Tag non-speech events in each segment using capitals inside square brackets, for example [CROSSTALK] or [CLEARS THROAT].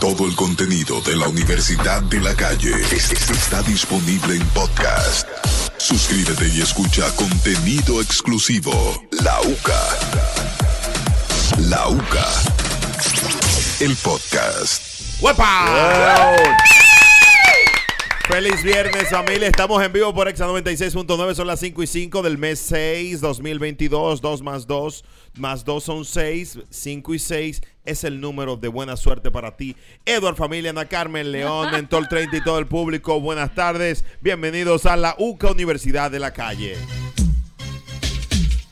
Todo el contenido de la Universidad de la Calle es- es- está disponible en podcast. Suscríbete y escucha contenido exclusivo. La UCA. La UCA. El podcast. ¡Huepa! Feliz viernes familia, estamos en vivo por Exa 96.9, son las 5 y 5 del mes 6, 2022, 2 más 2, más 2 son 6, 5 y 6 es el número de buena suerte para ti. Edward familia, Ana Carmen, León, Mentol 30 y todo el público, buenas tardes, bienvenidos a la UCA Universidad de la Calle.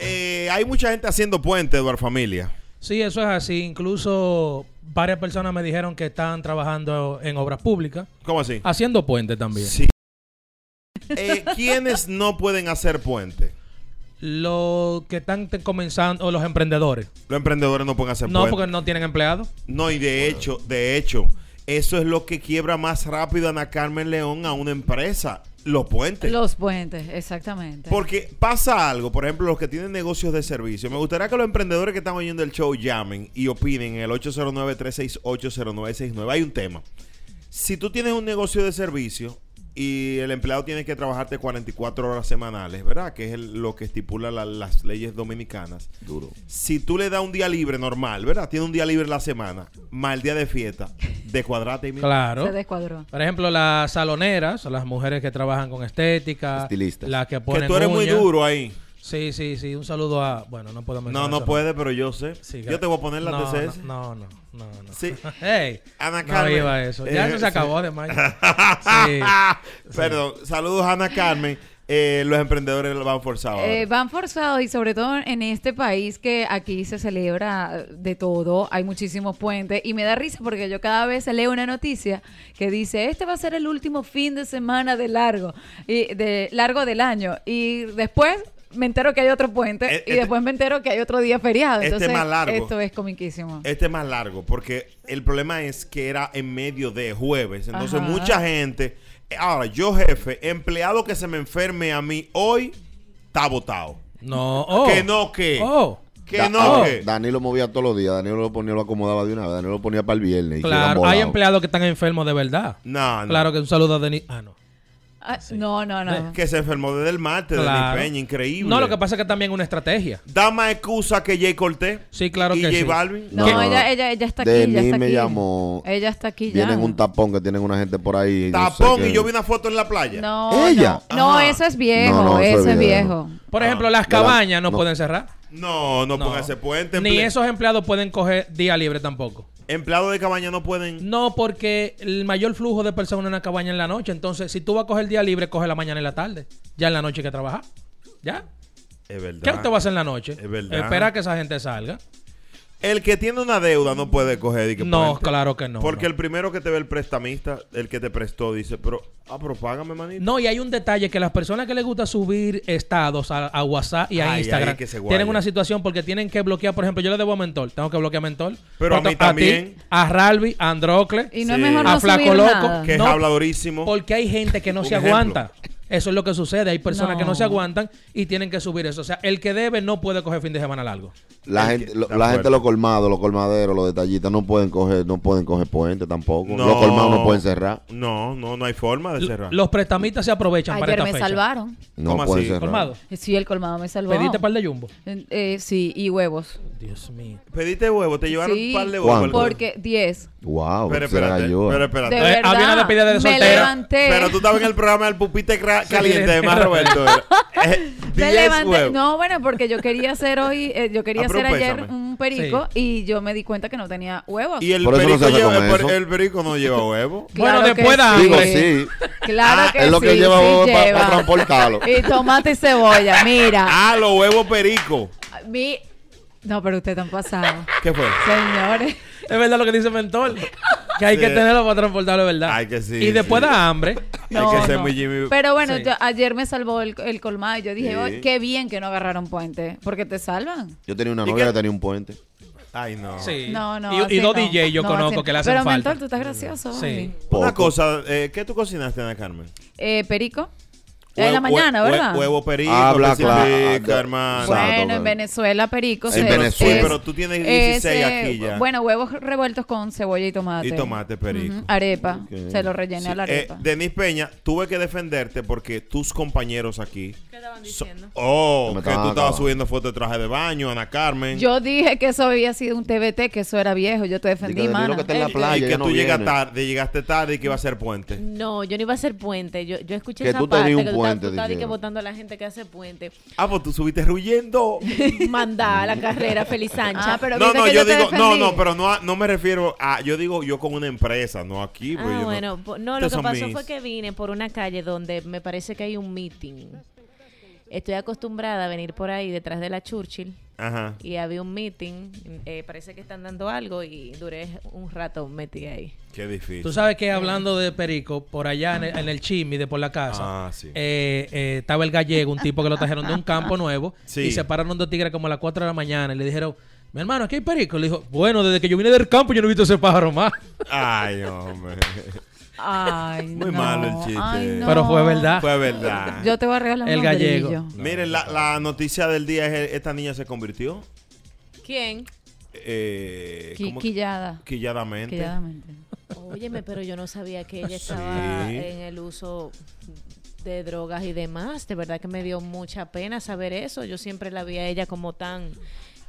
Eh, hay mucha gente haciendo puente, Edward familia. Sí, eso es así. Incluso varias personas me dijeron que están trabajando en obras públicas, ¿Cómo así? haciendo puentes también. Sí. Eh, ¿Quiénes no pueden hacer puente? Los que están te- comenzando, o los emprendedores. Los emprendedores no pueden hacer No, puente. porque no tienen empleados. No, y de hecho, de hecho, eso es lo que quiebra más rápido a Ana Carmen León a una empresa, los puentes. Los puentes, exactamente. Porque pasa algo, por ejemplo, los que tienen negocios de servicio. Me gustaría que los emprendedores que están oyendo el show llamen y opinen en el 809-368-0969. Hay un tema. Si tú tienes un negocio de servicio y el empleado tiene que trabajarte 44 horas semanales, ¿verdad? Que es el- lo que estipula la- las leyes dominicanas. Duro. Si tú le das un día libre normal, ¿verdad? Tiene un día libre la semana, más el día de fiesta, descuadrate y mira. Claro. Se descuadró. Por ejemplo, las saloneras, las mujeres que trabajan con estética. Estilistas. Las que Que ponen tú eres muy uñas. duro ahí. Sí, sí, sí. Un saludo a... Bueno, no puedo No, mencionar no eso. puede, pero yo sé. Sí, yo te voy a poner la no, TCS. No, no, no, no. no. [LAUGHS] Sí. Ey, Ana no Carmen. iba eso. Ya Eh, eso se sí. acabó, [LAUGHS] además. Sí. Perdón, saludos Ana Carmen. Eh, los emprendedores lo van forzados. ahora. Eh, van forzados y sobre todo en este país que aquí se celebra de todo, hay muchísimos puentes y me da risa porque yo cada vez leo una noticia que dice este va a ser el último fin de semana de largo y de largo del año y después me entero que hay otro puente Eh, y este- después me entero que hay otro día feriado. Este Entonces, más largo. esto es comiquísimo. Este es más largo porque el problema es que era en medio de jueves. Entonces Ajá. mucha gente... eh, Ahora, yo jefe, empleado que se me enferme a mí hoy, está votado. No, oh. Que no, que... Oh. Que Da- ah, no, oh, que... Danilo movía todos los días, Danilo lo ponía, lo acomodaba de una vez, Danilo lo ponía para el viernes. y quedan Claro, hay volados. empleados que están enfermos de verdad. No, no. Claro que un saludo a Denis. Ah, no. Ah, No, no, no. Que se enfermó desde el martes Claro. de Peña, increíble. No, lo que pasa es que también es una estrategia. Da más excusa que Jay Cortés. Sí, claro y que J sí. Balvin. No, ¿Qué? ella, ella, ella está aquí. De ella mí está me aquí. llamó. Ella está aquí ya. Tienen un tapón que tienen una gente por ahí. no sé Tapón qué. y yo vi una foto en la playa. No, ¿Ella? no. No, Ah. eso es viejo, No, no, eso, es viejo. Por Ah, ejemplo, las ¿verdad? cabañas no, No. pueden cerrar. No, no, No. pongan ese puente. Ni emple- esos empleados pueden coger día libre tampoco. Empleados de cabaña no pueden. No, porque el mayor flujo de personas en una cabaña en la noche. Entonces, si tú vas a coger día libre, coge la mañana y la tarde. Ya en la noche hay que trabajar. ¿Ya? Es verdad. ¿Qué usted va a hacer en la noche? Es verdad. Espera que esa gente salga. El que tiene una deuda no puede coger. y que No, puente. claro que no, Porque no. el primero que te ve el prestamista, el que te prestó, dice, pero, ah, pero págame, manito. No, y hay un detalle que las personas que les gusta subir estados a, a WhatsApp y a Ay, Instagram ay, que se guayan. tienen una situación porque tienen que bloquear, por ejemplo, yo le debo a Mentor, tengo que bloquear a Mentor. Pero a Otro- mí también. ti, a Ralby, a Androcle, Y no Sí. es mejor a no Flaco subir Loco, nada. Que No. es habladorísimo. porque hay gente que no Un se ejemplo. aguanta. Eso es lo que sucede, hay personas que no No. se aguantan y tienen que subir eso. O sea, el que debe no puede coger fin de semana largo. La Es gente, que lo- está la fuerte. gente los colmados, los colmaderos, los detallistas no pueden coger, no pueden coger puente tampoco. No. Los colmados no pueden cerrar. No, no, no hay forma de cerrar. Los prestamistas se aprovechan para Ayer esta me fecha. salvaron. Eh, No ¿Cómo pueden así? cerrar. Colmado, Sí, el colmado me salvó. pediste par de jumbo. Eh, eh, sí, y huevos. Dios mío. Pediste huevo, te llevaron Sí, un par de huevos. ¿Cuánto? al- Porque 10. Wow, Pero se la espérate, cayó. pero De espérate. Eh, verdad. había una despedida de me soltera. levanté. Pero tú estabas en el programa del pupite cra- caliente, Sí. además, [LAUGHS] Roberto. Eh, Me 10 levanté. huevos. No, bueno, porque yo quería hacer hoy, eh, yo quería Ah, pero hacer un ayer pésame. un perico y yo me di cuenta que no tenía huevos. Y el Por eso no perico, se hace lleva- con el per- eso. el perico no lleva [LAUGHS] huevo. Claro bueno, que después da sí. Digo, hambre. sí. Ah, Claro que es lo que sí, lleva sí huevo pa- lleva. pa transportarlo. Y tomate y cebolla, mira. Ah, los huevos perico. Mi... No, pero ustedes han pasado. ¿Qué fue? Señores. Es verdad lo que dice Mentor. Que hay que Sí. tenerlo para transportarlo, ¿verdad? Ay, que sí, Y después sí. da hambre. Hay que ser muy Jimmy. Pero bueno, Sí. yo- ayer me salvó el, el colmado y yo dije, Sí. "Oye, qué bien que no agarraron puente, porque te salvan. Yo tenía una ¿Y novia qué? que tenía un puente. Ay, no. Sí. No, no. Y, y así dos no. DJ yo No, conozco así que no. le hacen Pero, falta. Mentor, tú estás gracioso. Sí. Sí. Una Poco. cosa, eh, ¿qué tú cocinaste, Ana Carmen? Perico. En la mañana, hue- ¿verdad? Huevo perico, Ah, Habla que claro. significa, hermano. Exacto, Bueno, claro. en Venezuela, perico. En se- Venezuela. Sí, pero tú tienes 16 eh, aquí ya. Bueno, huevos revueltos con cebolla y tomate. Y tomate, perico. Ujú, Arepa. Ok. Se lo rellena Sí, a la eh, arepa. Denis Peña, tuve que defenderte porque tus compañeros aquí. ¿Qué estaban so- diciendo? oh, Que me que tú estaban estabas acabando. subiendo fotos de traje de baño, Ana Carmen. Yo dije que eso había sido un TBT, que eso era viejo. Yo te Digo, defendí, Danilo, mano. que está en la Y- playa, y que ya tú no llegas viene. tarde, llegaste tarde y que iba a ser puente. No, yo no iba a hacer puente. Yo, yo escuché Que esa tú tenías parte un que tú estabas- puente, tú estabas de que dijeron. votando a la gente que hace puente. [LAUGHS] Ah, pues tú subiste huyendo. Mandá a la carrera, feliz ancha. Ah, pero No, viste no, que yo te digo, no, defendí. no, pero no, a- no me refiero a, yo digo yo con una empresa, no aquí. pues, yo Ah, no- bueno, po- no, lo Estos que son pasó mis- fue que vine por una calle donde me parece que hay un meeting. Estoy acostumbrada a venir por ahí detrás de la Churchill Ajá. y había un meeting. eh, parece que están dando algo y duré un rato metí ahí. Qué Tú difícil. sabes que hablando de Perico, por allá en el, en el Chismi de por la casa, Ah, sí. eh, eh, estaba el gallego, un tipo que lo trajeron de un campo nuevo, Sí. y se pararon dos tigres como a las 4 de la mañana y le dijeron, mi hermano, aquí hay Perico. Le dijo, bueno, desde que yo vine del campo yo no he visto ese pájaro más. Ay, hombre. Ay, Muy no. malo el chiste. Ay, no. Pero fue verdad. Fue verdad. Ah. [LAUGHS] Yo te voy a regalar El unos gallego. grillos. Miren, la, la noticia del día es esta niña se convirtió. ¿Quién? Eh, Qui- ¿cómo? Quillada. Quilladamente. Quilladamente. Óyeme, pero yo no sabía que ella estaba Sí. en el uso de drogas y demás. De verdad que me dio mucha pena saber eso. Yo siempre la vi a ella como tan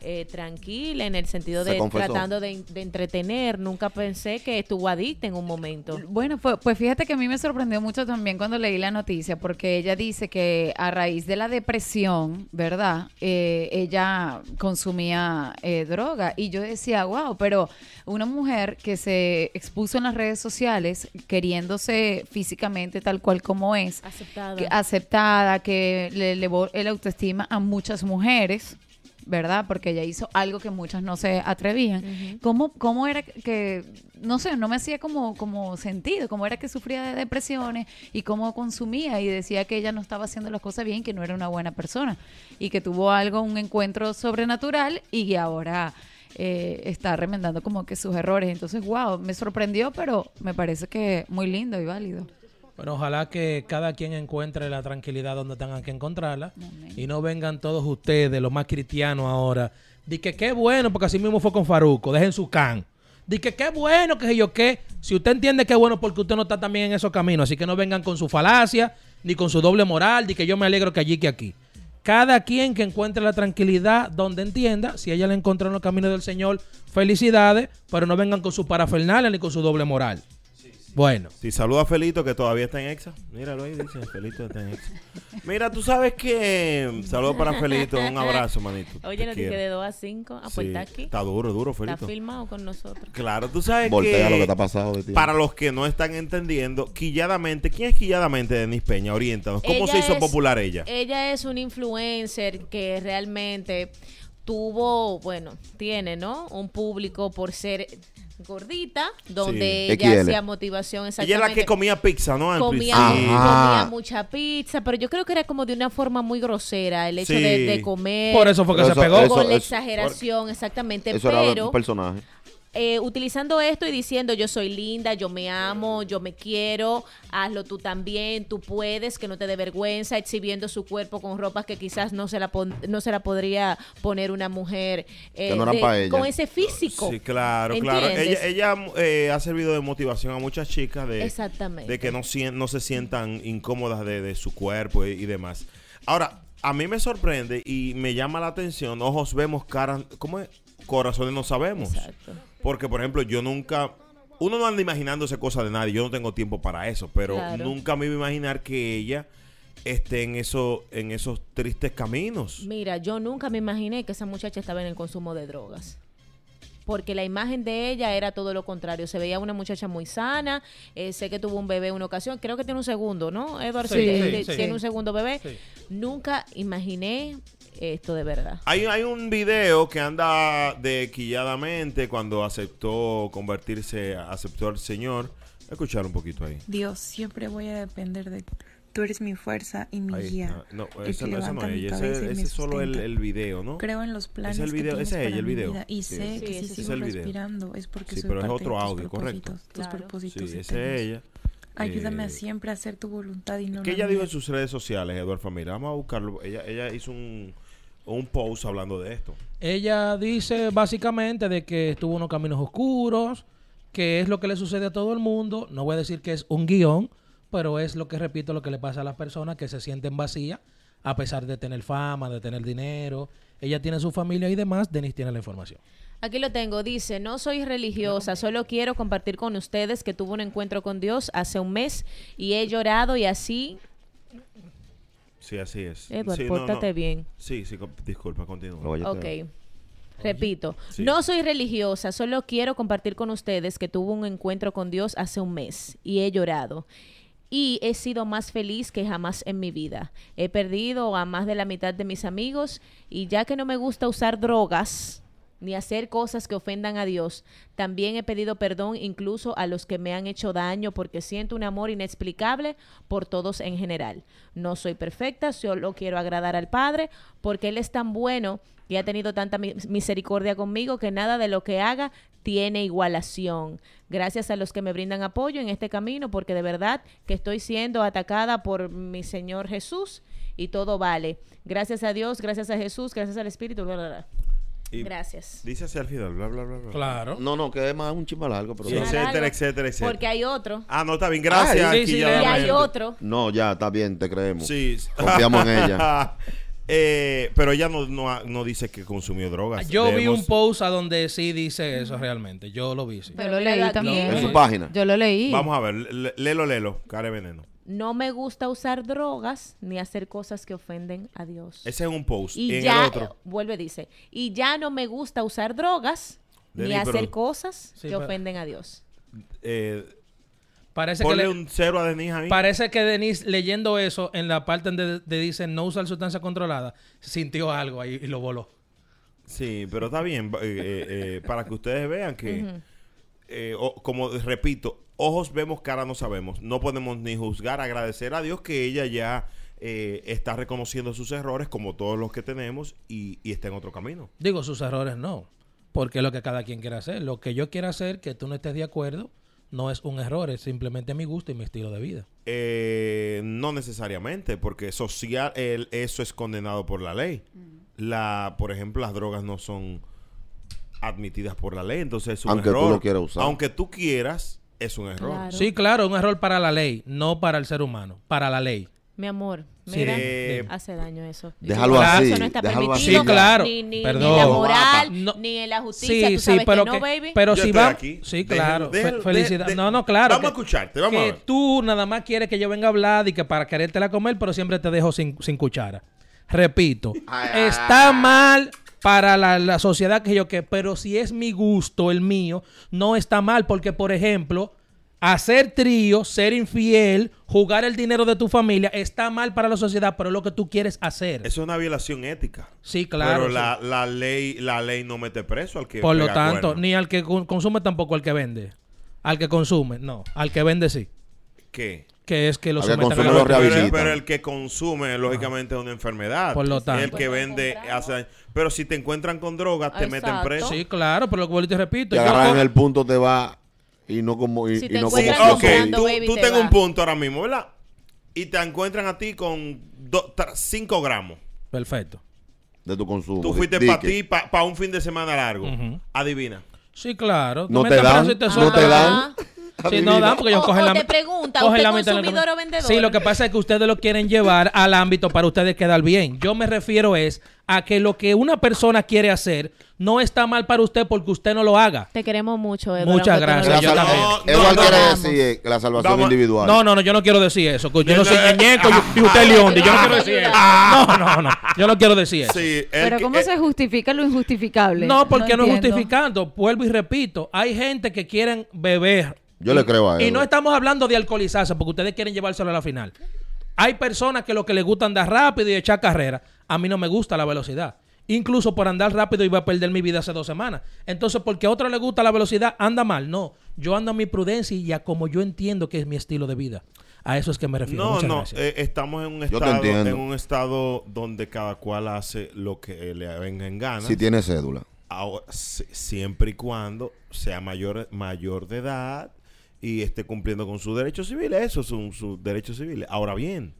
eh, tranquila en el sentido Se de confesó. tratando de, de entretener. Nunca pensé que estuvo adicta en un momento. Bueno, pues, pues fíjate que a mí me sorprendió mucho también cuando leí la noticia, porque ella dice que a raíz de la depresión, ¿verdad? Eh, ella consumía eh, droga. Y yo decía, wow, pero una mujer que se expuso en las redes sociales queriéndose físicamente tal cual como es, Aceptada. que, aceptada, que le elevó el autoestima a muchas mujeres. ¿Verdad? Porque ella hizo algo que muchas no se atrevían. ¿Cómo, ¿Cómo era que, no sé, no me hacía como, como sentido? ¿Cómo era que sufría de depresiones y cómo consumía y decía que ella no estaba haciendo las cosas bien, que no era una buena persona y que tuvo algo, un encuentro sobrenatural y que ahora eh, está remendando como que sus errores? Entonces, wow, me sorprendió, pero me parece que muy lindo y válido. Bueno, ojalá que cada quien encuentre la tranquilidad donde tengan que encontrarla y no vengan todos ustedes, los más cristianos ahora. Di que qué bueno, porque así mismo fue con Faruco, dejen su can. Di que qué bueno, que sé yo qué. Si usted entiende que es bueno, porque usted no está también en esos caminos. Así que no vengan con su falacia, ni con su doble moral, di que yo me alegro que allí que aquí. Cada quien que encuentre la tranquilidad donde entienda, si ella la encontró en los caminos del Señor, felicidades, pero no vengan con su parafernalia ni con su doble moral. Bueno. Sí, saluda a Felito que todavía está en Exa. Míralo ahí, dice Felito está en Exa. Mira, tú sabes que. Saludos para Felito, un abrazo, manito. [LAUGHS] Oye, Te no dije quiero. de 2 a 5. Ah, Sí, pues está aquí. Está duro, duro, Está Felito. filmado con nosotros. Claro, tú sabes Voltea que. lo que está pasado de ti. Para los que no están entendiendo, quilladamente, ¿quién es quilladamente Denis Peña? Oriéntanos. ¿Cómo Ella se hizo es- popular ella? Ella es una influencer que realmente tuvo, bueno, tiene, ¿no? Un público por ser gordita, donde Sí. ella XL. hacía motivación ella es exactamente. la que comía pizza, ¿no? Al comía, principio. Ajá. comía mucha pizza, pero yo creo que era como de una forma muy grosera el hecho Sí. de, de comer. Por eso fue que Pero se eso- pegó. con eso- la es- exageración, exactamente, Eso era pero un personaje. eh, utilizando esto y diciendo yo soy linda, yo me amo, yo me quiero, hazlo tú también, tú puedes, que no te dé vergüenza, exhibiendo su cuerpo con ropas que quizás no se la pon- no se la podría poner una mujer eh, Que no eran de- pa' ella. con ese físico. Sí, claro, claro. ¿Entiendes? Ella, ella eh, ha servido de motivación a muchas chicas de, Exactamente. de que no, sien- no se sientan incómodas de, de su cuerpo y, y demás. Ahora, a mí me sorprende y me llama la atención, ojos vemos, caras, ¿cómo es? Corazones no sabemos. Exacto. Porque, por ejemplo, yo nunca... Uno no anda imaginándose cosas de nadie, yo no tengo tiempo para eso, pero Claro. nunca me iba a imaginar que ella esté en, eso, en esos tristes caminos. Mira, yo nunca me imaginé que esa muchacha estaba en el consumo de drogas. Porque la imagen de ella era todo lo contrario. Se veía una muchacha muy sana. eh, sé que tuvo un bebé una ocasión. Creo que tiene un segundo, ¿no, Eduardo? Sí, Eh, sí, de- sí. Tiene un segundo bebé. Sí. Nunca imaginé esto de verdad. Hay, hay un video que anda de quilladamente cuando aceptó convertirse, aceptó al Señor. Escuchar un poquito ahí. Dios, siempre voy a depender de ti. Tú eres mi fuerza y mi Ahí guía. está. No, el ese que no, ese no levanta es mi ella. cabeza y Ese, me ese es solo el, sustenta. el video, ¿no? Creo en los planes es el video- que tienes ese es para ella, el mi video. vida y Sí, sé sí, que ese si es sigo el video. respirando es porque Sí, soy pero es parte otro de tus audio, correcto. propósitos, tus Claro. propósitos Sí, eternos. esa es ella. Ayúdame Eh, a siempre a hacer tu voluntad y no ¿Qué la ella mía. dijo en sus redes sociales, Eduardo Famira? Vamos a buscarlo. Ella, ella hizo un, un post hablando de esto. Ella dice básicamente de que estuvo unos caminos oscuros, que es lo que le sucede a todo el mundo. No voy a decir que es un guión, pero es lo que repito, lo que le pasa a las personas que se sienten vacías a pesar de tener fama, de tener dinero. Ella tiene su familia y demás. Denis tiene la información. Aquí lo tengo, dice, no soy religiosa, solo quiero compartir con ustedes que tuve un encuentro con Dios hace un mes y he llorado y así... Sí, así es. Edward, Sí, no, pórtate no. bien. Sí, sí, co- disculpa, continúa. Oye, Ok. te- Repito, Sí. no soy religiosa, solo quiero compartir con ustedes que tuve un encuentro con Dios hace un mes y he llorado. Y he sido más feliz que jamás en mi vida. He perdido a más de la mitad de mis amigos y ya que no me gusta usar drogas ni hacer cosas que ofendan a Dios, también he pedido perdón incluso a los que me han hecho daño porque siento un amor inexplicable por todos en general. No soy perfecta, solo quiero agradar al Padre porque Él es tan bueno y ha tenido tanta mi- misericordia conmigo que nada de lo que haga tiene igualación. Gracias a los que me brindan apoyo en este camino, porque de verdad que estoy siendo atacada por mi Señor Jesús y todo vale. Gracias a Dios, gracias a Jesús, gracias al Espíritu. bla, bla, bla. Y Gracias. Dice así al final, bla, bla, bla. bla. Claro. No, no, que es más un chimba largo, pero... Sí, Más sí. etcétera, largo, etcétera, etcétera. Porque hay otro. Ah, no, está bien, gracias. Ay, sí, aquí ya sí, Y ya, la hay gente- otro. No, ya, está bien, te creemos. Sí. [LAUGHS] Confiamos en ella. Eh, pero ella no, no, ha- no dice que consumió drogas. Yo vi Debemos- un post a donde sí dice eso realmente. Yo lo vi, sí. Yo lo leí también. En su página. Yo lo leí. Vamos a ver, le- lelo, lelo, cara de veneno. No me gusta usar drogas ni hacer cosas que ofenden a Dios. Ese es un post. Y Pues, en ya, el otro. vuelve, dice, y ya no me gusta usar drogas ni Denis, hacer pero- cosas Sí, que pero- ofenden a Dios. Eh, Parece que ponle le- un cero a Denise ahí. Parece que Denise, leyendo eso, en la parte donde de- dice no usar sustancia controlada, sintió algo ahí y lo voló. Sí, pero está bien. eh, eh, eh, para que ustedes vean que, eh, o- como repito, ojos vemos, cara no sabemos. No podemos ni juzgar, agradecer a Dios que ella ya eh, está reconociendo sus errores, como todos los que tenemos, y, y está en otro camino. Digo, sus errores no, porque es lo que cada quien quiere hacer. Lo que yo quiera hacer, que tú no estés de acuerdo, no es un error, es simplemente mi gusto y mi estilo de vida. Eh, no necesariamente, porque social, el- eso es condenado por la ley. La, por ejemplo, las drogas no son admitidas por la ley, entonces es un Aunque tú error. lo quieras usar. Aunque tú quieras, es un error. Claro. Sí, claro, un error para la ley, no para el ser humano, para la ley. Mi amor, Sí, mira, eh, hace daño eso. Déjalo Claro. así, eso no está déjalo así. permitido. Sí, claro. Ni, ni- ni Perdón. la moral, No. ni en la justicia. Tú sabes pero que, no, baby. Pero Yo si estoy va. aquí. Sí, Déjalo, claro. fe- déjalo, felicidad. de- de- no, no, claro. Vamos a escucharte, vamos a que ver. tú nada más quieres que yo venga a hablar y que para querértela comer, pero siempre te dejo sin, sin cuchara. [LAUGHS] Repito, Ah. Ay, está mal para la, la sociedad que yo que, pero si es mi gusto, el mío, no está mal porque, por ejemplo, hacer trío, ser infiel, jugar el dinero de tu familia, está mal para la sociedad, pero es lo que tú quieres hacer. Eso es una violación ética. Sí, claro. Pero sí. la, la ley la ley no mete preso al que Por lo pega tanto, cuerno. ni al que con- consume tampoco al que vende. Al que consume, no. Al que vende sí. ¿Qué? Que es que lo Al que someten a consume la- lo pero, rehabilitan. pero el que consume, lógicamente, es una enfermedad. Por lo Y El tanto. que vende hace daño. Pero si te encuentran con drogas, te meten Exacto. preso. Sí, claro, pero lo que vuelvo y te repito. Te yo agarran en co- el punto, te va y no como... Y, Si y te no como Sí, encuentran yo ok, soy. comprando, tú, baby, tú te tengo va. un punto ahora mismo, ¿verdad? Y te encuentran a ti con 5 gramos. Perfecto. de tu consumo. Tú di- fuiste di para que ti, para un fin de semana largo. Ujú. Adivina. Sí, claro. No te metes dan, preso y no te sueltan. dan. Sí, no dan porque ellos O- cogen o la te mi- pregunta, cogen ¿usted la mitad de lo que- consumidor o vendedor? Sí, lo que pasa es que ustedes lo quieren llevar al ámbito para ustedes quedar bien. Yo me refiero es a que lo que una persona quiere hacer no está mal para usted porque usted no lo haga. Te queremos mucho, Eduardo. Muchas aunque tú no gracias, lo yo La creas. sal- también. No, Edward no, quiere no. decir que la salvación Vamos. individual. No, no, no, yo no quiero decir eso. que Yo No, no no, soy eh, ñeñeco y- y usted leonde. Yo no quiero ah, decir eso. ah, No, no, no. Yo no quiero decir eso. Sí, el Pero que- ¿cómo eh, se justifica lo injustificable? No, porque no, es entiendo. justificando. Vuelvo y repito, hay gente que quieren beber. Yo le creo a él. Y no estamos hablando de alcoholizarse, porque ustedes quieren llevárselo a la final. Hay personas que lo que les gusta andar rápido y echar carrera. A mí no me gusta la velocidad. Incluso por andar rápido iba a perder mi vida hace dos semanas. Entonces, porque a otro le gusta la velocidad, anda mal. No, yo ando a mi prudencia y a como yo entiendo que es mi estilo de vida. A eso es que me refiero. No, Muchas no, gracias. eh, estamos en un te estado entiendo. en un estado donde cada cual hace lo que eh, le venga en gana. Si tiene cédula. Ahora, si- siempre y cuando sea mayor mayor de edad y esté cumpliendo con sus derechos civiles. Eso es un, sus derechos civiles. Ahora bien,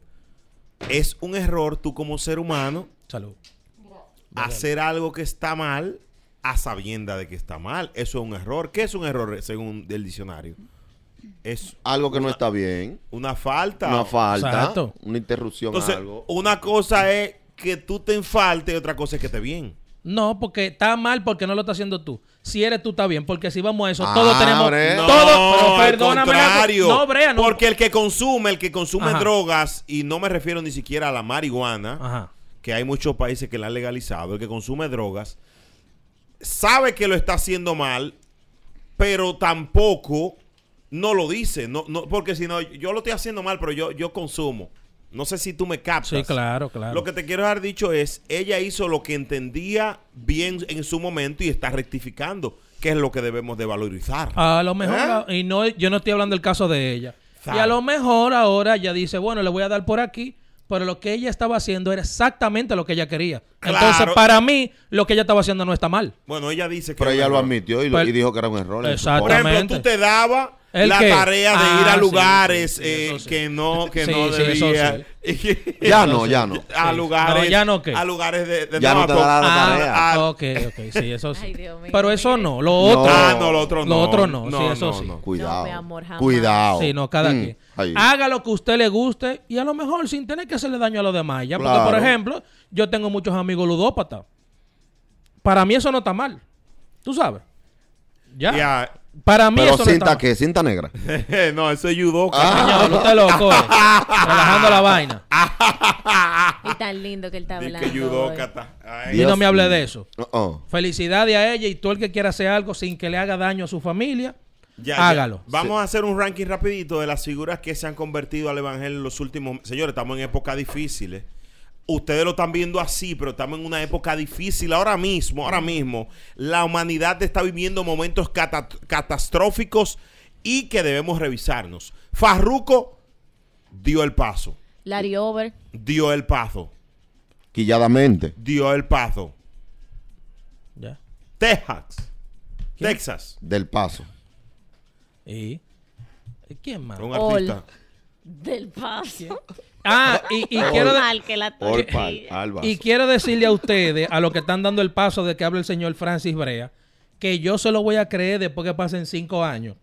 es un error tú como ser humano Salud. hacer algo que está mal a sabienda de que está mal. Eso es un error. ¿Qué es un error eh, según el diccionario? Es Algo que no está bien. una falta. Una falta. Exacto. Una interrupción a Entonces, algo. una cosa es que tú te enfaltes y otra cosa es que te bien. No, porque está mal porque no lo está haciendo tú. Si eres tú, está bien. Porque si vamos a eso, Ah, todos tenemos. bre. No, Todos, pero al perdóname. la- contrario. No, Brea, no. Porque el que consume, el que consume Ajá. drogas, y no me refiero ni siquiera a la marihuana, Ajá. que hay muchos países que la han legalizado, el que consume drogas, sabe que lo está haciendo mal, pero tampoco no lo dice, no, no, porque si no, yo lo estoy haciendo mal, pero yo, yo consumo. No sé si tú me captas. Sí, claro, claro. Lo que te quiero haber dicho es, ella hizo lo que entendía bien en su momento y está rectificando, que es lo que debemos de valorizar. A lo mejor, ¿Eh? y no, yo no estoy hablando del caso de ella. Sabe. Y a lo mejor ahora ella dice, bueno, le voy a dar por aquí, pero lo que ella estaba haciendo era exactamente lo que ella quería. Claro. Entonces, para mí, lo que ella estaba haciendo no está mal. Bueno, ella dice que... Pero ella lo bueno, admitió y, lo- Pero- y dijo que era un error. en su Exacto. Por forma. ejemplo, tú Exactamente. te dabas ¿El la qué? tarea de Ah, ir a sí, lugares sí, eh, eso sí. que [LAUGHS] no, que Sí, no sí, eso debía. [LAUGHS] Ya no, ya no. A Sí. lugares. No, ya no, ¿qué? A lugares de. de Ya no te a to- da la a- tarea. a- Ah, ok, ok, sí, eso sí. Ay, Dios mío, pero eso mire. no, lo otro. Ah, no, lo otro no. Lo otro no, sí, eso sí. Cuidado. No, mi amor, jamás. Cuidado. Sí, no, cada Mm, quien. ahí. Haga lo que usted le guste y a lo mejor sin tener que hacerle daño a los demás. Ya, Claro. porque, por ejemplo, yo tengo muchos amigos ludópatas. Para mí eso no está mal. Tú sabes. Ya. Ya. Para mí Pero eso no está cinta mal. que, cinta negra. [LAUGHS] no, eso Ah. es judo. Señor, usted es [LAUGHS] loco, eh. Relajando la vaina. Y tan lindo que él está Di hablando. que hoy. judócata. Ay, Y no Dios me hable mío. de eso. No, oh. Felicidades a ella y todo el que quiera hacer algo sin que le haga daño a su familia, ya, ya. hágalo. Vamos a hacer un ranking rapidito de las figuras que se han convertido al evangelio en los últimos. Señores, estamos en épocas difíciles. Ustedes lo están viendo así, pero estamos en una época difícil ahora mismo, ahora mismo. La humanidad está viviendo momentos cata- catastróficos y que debemos revisarnos. Farruco dio el paso, Larry Over. dio el paso, Quilladamente. dio el paso. Ya. Texas, Texas, Del paso. ¿Y quién más? un All. artista. Del paso. Ah, y, [LAUGHS] y quiero, de- mal que la Orpal, tortilla. Alba. y quiero decirle a ustedes, a los que están dando el paso de que habla el señor Francis Brea, que yo se lo voy a creer después que pasen cinco años.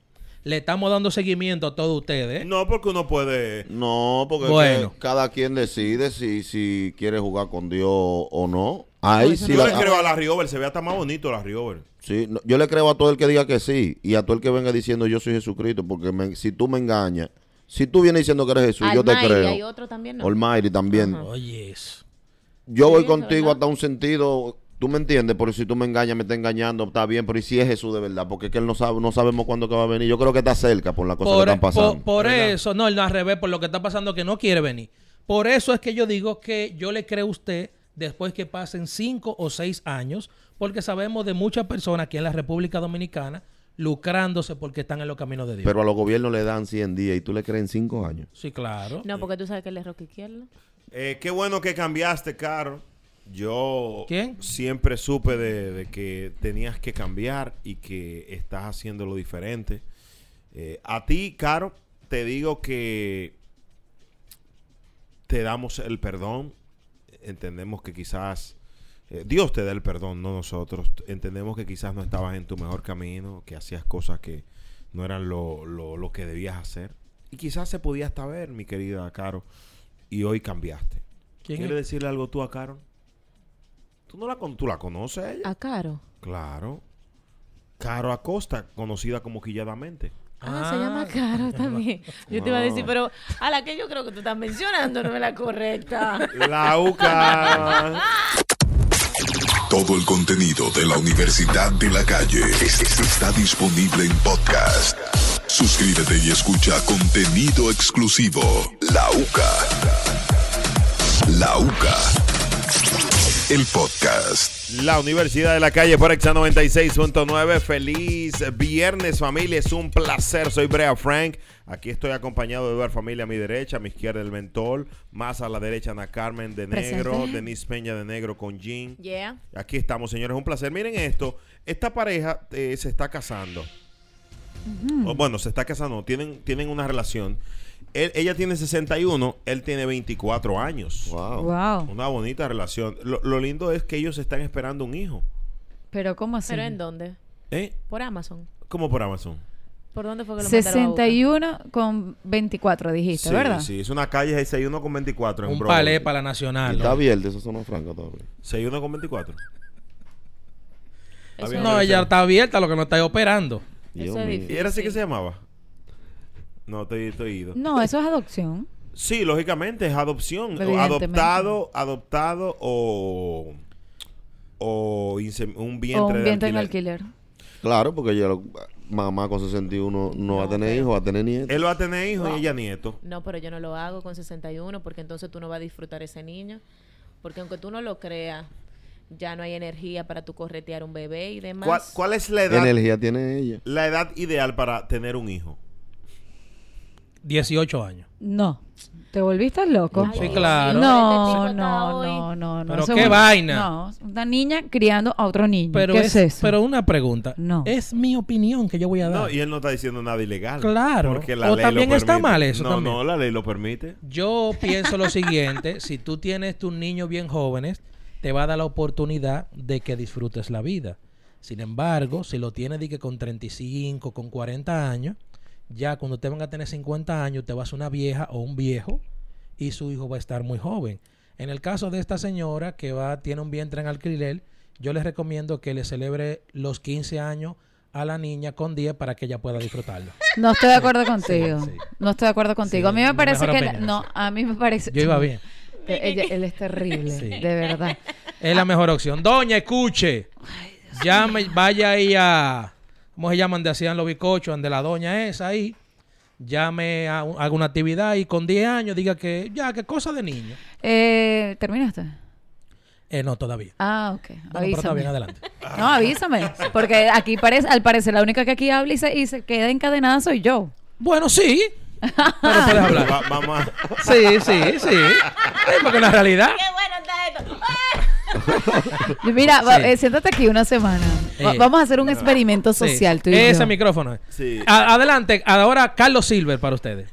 Le estamos dando seguimiento a todos ustedes. ¿eh? No, porque uno puede. No, porque Bueno. que cada quien decide si, si quiere jugar con Dios o no. Ahí sí Yo la- le creo a la Riover, se ve hasta más bonito la Riover. Sí, no, yo le creo a todo el que diga que sí y a todo el que venga diciendo yo soy Jesucristo, porque me- si tú me engañas, si tú vienes diciendo que eres Jesús, yo te Almighty, creo. hay otro también, ¿no? Almighty también. Oye, eso. Yo voy Sí, contigo ¿verdad? hasta un sentido, tú me entiendes, porque si tú me engañas, me está engañando, está bien, pero ¿y si es Jesús de verdad? Porque es que él no sabe, no sabemos cuándo que va a venir. Yo creo que está cerca por las cosas Por, e- que están pasando. por- por eso, no, no, al revés, por lo que está pasando que no quiere venir. Por eso es que yo digo que yo le creo a usted después que pasen cinco o seis años, porque sabemos de muchas personas aquí en la República Dominicana lucrándose porque están en los caminos de Dios. Pero a los gobiernos le dan 100 días y tú le crees en 5 años. sí, claro. No, porque tú sabes que él es roque izquierdo. Eh, qué bueno que cambiaste, Caro. Yo ¿Quién? siempre supe de, de que tenías que cambiar y que estás haciendo lo diferente. Eh, a ti, Caro, te digo que te damos el perdón. Entendemos que quizás eh, Dios te da el perdón, no nosotros. Entendemos que quizás no estabas en tu mejor camino, que hacías cosas que no eran lo, lo- lo que debías hacer. Y quizás se podía hasta ver, mi querida Caro, y hoy cambiaste. ¿Quién ¿Quieres es? decirle algo tú a Caro? ¿Tú, no la, con- ¿Tú la conoces a ella? A Caro. Claro. Caro Acosta, conocida como Quilladamente. Ah, se llama Caro [LAUGHS] también. Yo te iba a decir, pero a la que yo creo que tú estás mencionando no es la correcta. La UCA. Todo el contenido de la Universidad de la Calle es- es- está disponible en podcast. Suscríbete y escucha contenido exclusivo. La UCA. La UCA. El podcast. [LAUGHS] La Universidad de la Calle por Exa 96.9. Feliz viernes, familia. Es un placer. Soy Brea Frank. Aquí estoy acompañado de Eduard Familia a mi derecha, a mi izquierda el Mentol, más a la derecha Ana Carmen de Negro, Presente. Denise Peña de Negro con Jean. [LAUGHS] Yeah. Aquí estamos, señores. Un placer. Miren esto. Esta pareja eh, se está casando. O, bueno, se está casando, tienen, tienen una relación. Él- ella tiene 61, él tiene 24 años. Wow. Wow. Una bonita relación. Lo, lo lindo es que ellos están esperando un hijo. Pero ¿cómo así? ¿Pero en dónde? ¿Eh? Por Amazon. Como por Amazon. ¿Por dónde fue que lo mandaron a buscar? 61 con 24 dijiste, sí, ¿verdad? sí, es una calle 61 con 24 en Un Broadway. palé para la Y nacional. está ¿no? abierto, esa zona franca todavía. 61 con 24. Eso- bien. No, ella está abierta, lo que no está es operando. Dios Eso es mío. difícil. ¿Y era así que Sí. se llamaba? No, estoy, estoy ido. No, eso es adopción. Sí, lógicamente es adopción. O Evidentemente. Adoptado, adoptado o, o insem- un vientre, o un de vientre en alquiler. Claro, porque ella, lo- mamá con 61, no, va a tener hijos, va a tener nietos. Él va a tener hijos y ella nieto. No, pero yo no lo hago con 61 porque entonces tú no vas a disfrutar ese niño. Porque aunque tú no lo creas, ya no hay energía para tú corretear un bebé y demás. ¿Cuál, cuál es la edad, Energía tiene ella. la edad ideal para tener un hijo? 18 años. No. ¿Te volviste loco? Sí, claro. Este tipo No, está no, hoy. no, no, no. Pero eso qué es una- vaina. No, es una niña criando a otro niño. Pero ¿Qué es, es, eso? Pero una pregunta. No. Es mi opinión que yo voy a dar. No, y él no está diciendo nada ilegal. Claro. Porque la O ley también lo está permite. mal eso No, también. no, la ley lo permite. Yo pienso lo siguiente, si tú tienes tus niños bien jóvenes, te va a dar la oportunidad de que disfrutes la vida. Sin embargo, si lo tienes de que con 35, con 40 años, ya cuando te van a tener 50 años, te vas a una vieja o un viejo y su hijo va a estar muy joven. En el caso de esta señora que va tiene un vientre en alquiler, yo les recomiendo que le celebre los 15 años a la niña con 10 para que ella pueda disfrutarlo. No estoy de acuerdo contigo. sí. No estoy de acuerdo contigo. Sí, a mí me mi parece mejor que... opinión, No, sí. a mí me parece... Yo iba [LAUGHS] bien. Ella- él es terrible, Sí. de [LAUGHS] verdad. Es la mejor opción. Doña, escuche. Llame, vaya ahí a. ¿Cómo se llaman? De hacían los bizcochos, donde la doña es ahí. Llame a un- alguna actividad y con 10 años diga que ya, que cosa de niño. Eh, ¿Terminaste? Eh, no, todavía. Ah, ok. Bueno, pero está bien, avísame. adelante. No, avísame. Porque aquí parece, al parecer la única que aquí habla y se, y se queda encadenada soy yo. Bueno, sí. Pero [LAUGHS] puedes hablar. Va- vamos a- [LAUGHS] [LAUGHS] Sí, sí, sí. Eh, porque en la realidad. ¡Qué bueno está esto! Yo, Mira, va- Sí. eh, siéntate aquí una semana. Va- Eh. vamos a hacer un experimento sí. social. tú y Ese yo. micrófono. es. Sí. A- adelante, ahora Carlos Silver para ustedes.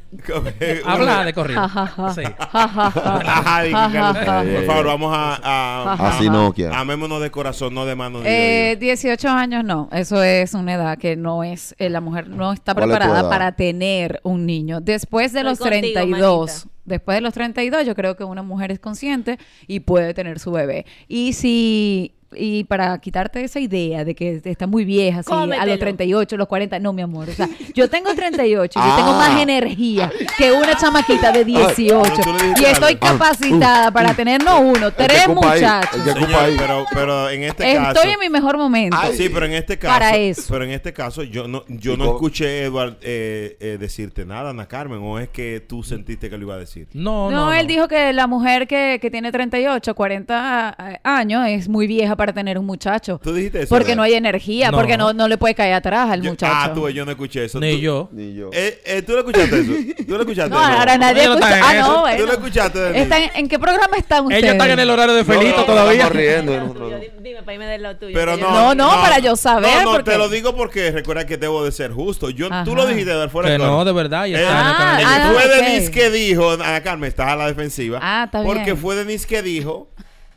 Habla de corrido. Ja, ja, ja. Sí. Ja, ja, ja. [LAUGHS] Ajá, dije, Ja, Carlos, ja, ja. Eh, Por favor, vamos a... a- Ajá. Así Nokia. Amémonos de corazón, no de mano. ni de Eh, oído. 18 años no, eso es una edad que no es, eh, la mujer no está ¿Cuál es tu preparada edad? para tener un niño. Después de Estoy los contigo, 32, manita. después de los 32 yo creo que una mujer es consciente y puede tener su bebé. Y si... Y para quitarte esa idea de que está muy vieja, así, a Cómetelo. los 38, los 40, no, mi amor. O [LAUGHS] sea, yo tengo 38, yo Ah. tengo más energía que una chamaquita de 18. Pero tú le dijiste Y estoy algo. capacitada para tener no uno, que tres ocupa ahí, muchachos. el que ocupa Señor, ahí. pero, pero en este caso... Estoy en mi mejor momento. sí, pero en este caso, para eso. pero en este caso yo no, yo Y no co- escuché Eduard eh, eh, decirte nada, Ana Carmen, o es que tú sentiste que lo iba a decir. No, no. No, él dijo que la mujer que, que tiene 38, 40 años es muy vieja para tener un muchacho. Tú dijiste eso. Porque ¿verdad? no hay energía, No. porque no, no le puede caer atrás al Yo- muchacho. Ah, tú, yo no escuché eso. Ni Tú- yo. Ni yo. Eh, eh, ¿Tú lo escuchaste eso? ¿Tú lo escuchaste? no, ahora nadie Ellos escucha. están Ah, en no, eso. bueno. ¿Tú lo escuchaste? Denis? Están- ¿En qué programa están ustedes? Ellos están en el horario de Felito no, todavía. estamos riendo de Dime lo nosotros. tuyo, di- Dime, para irme de lo tuyo. Pero que yo no, No, no, para yo saber, No, no, porque- te lo digo porque recuerda que debo de ser justo. Yo, Ajá. tú lo dijiste de fuera Que del no, coro. de verdad. y Eh, está en el ah, canal. ah, fue ok. Denis que dijo, Ana Carmen, estás a la defensiva. Ah, está bien. Porque fue Denis que dijo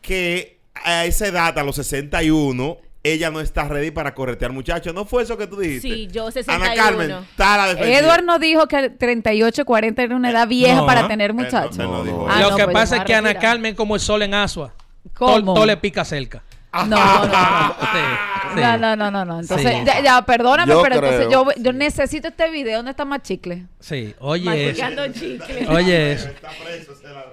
que a esa edad, a los 61, ella no está ready para corretear muchachos. ¿No fue eso que tú dijiste? Sí, yo Ana 61. Carmen, está a la defensiva. Eh, Edward no dijo que 38, 40 era una edad vieja no, ¿ah? para tener Eh, no, muchachos. no No, dijo no. eso. Ah, lo no, que pues pasa es yo me que Ana retiro. Carmen como el sol en Asua. ¿Cómo? Todo, le pica cerca. No, no, no. Sí, sí. No, no, no, no, no. Entonces, Sí. ya, ya, perdóname, Yo pero entonces creo. yo, yo necesito este video. ¿Dónde está más chicle? Sí, oye eso. Masticando chicle. Oye eso.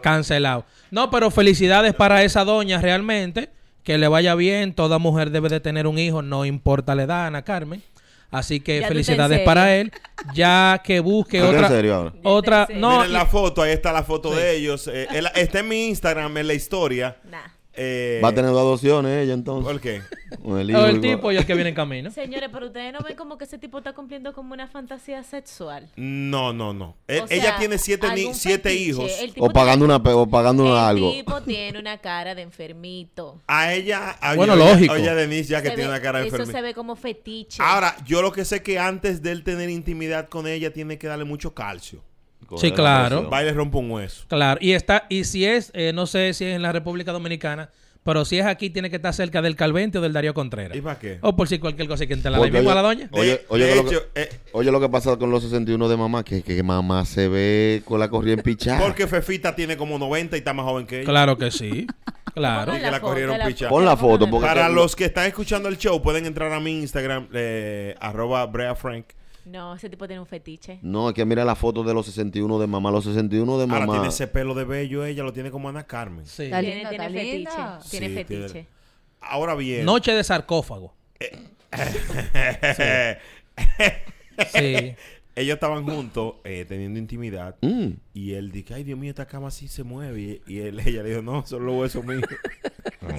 Cancelado. No, pero felicidades para esa doña realmente. Que le vaya bien. Toda mujer debe de tener un hijo, no importa la edad, Ana Carmen. Así que Ya tú te felicidades enseñas. para él. Ya que busque ¿Estás en otra. serio ahora? Otra. Ya te No, eh, Miren la foto, ahí está la foto de ellos. Eh, él- está en mi Instagram, en la historia. Nah. Eh, Va a tener dos adopciones ella entonces. ¿Por qué? O [LAUGHS] el, O hijo, el el- tipo y el que viene en camino. Señores, pero ustedes no ven como que ese tipo está cumpliendo como una fantasía sexual. No, no, no. E- O ella sea, tiene siete, ni- algún siete fetiche. hijos. El tipo O pagando una pe- o pagando tiene- una el algo. tipo tiene una cara de enfermito. A ella, a Bueno, oye, lógico. Oye, a Denise ya que Se tiene ve- una cara de Eso enfermita. se ve como fetiche. Ahora, yo lo que sé que antes de él tener intimidad con ella, tiene que darle mucho calcio. Sí, claro. Va y le rompe un hueso. Claro, y está, y si es, eh, no sé si es en la República Dominicana, pero si es aquí, tiene que estar cerca del Calvente o del Darío Contreras. ¿Y para qué? O por si cualquier cosa que te la dé Porque mismo a la oye- doña. Oye, De- oye, de que lo que- hecho, eh, Oye, lo que pasa con los 61 de mamá, que, que mamá se ve con la corriente pichada. porque Fefita tiene como 90 y está más joven que ella. Claro [LAUGHS] que sí. Claro. que la corrieron pichar. Pon la foto, porque- Para los que están escuchando el show, pueden entrar a mi Instagram, eh, arroba Brea Frank. No, ese tipo tiene un fetiche. No, es que mira la foto de los 61 de mamá. Los 61 de Ahora mamá. tiene ese pelo de bello, ella lo tiene como Ana Carmen. Sí. Está Tiene, linda, tiene está fetiche. linda. Tiene Sí, fetiche. tiene- Ahora bien. [LAUGHS] Noche de sarcófago. [LAUGHS] Sí. Ellos estaban juntos eh, teniendo intimidad Mm. y él dice, ay Dios mío, esta cama así se mueve. Y, y él, [LAUGHS] ella le dijo, no, son los huesos [LAUGHS] míos.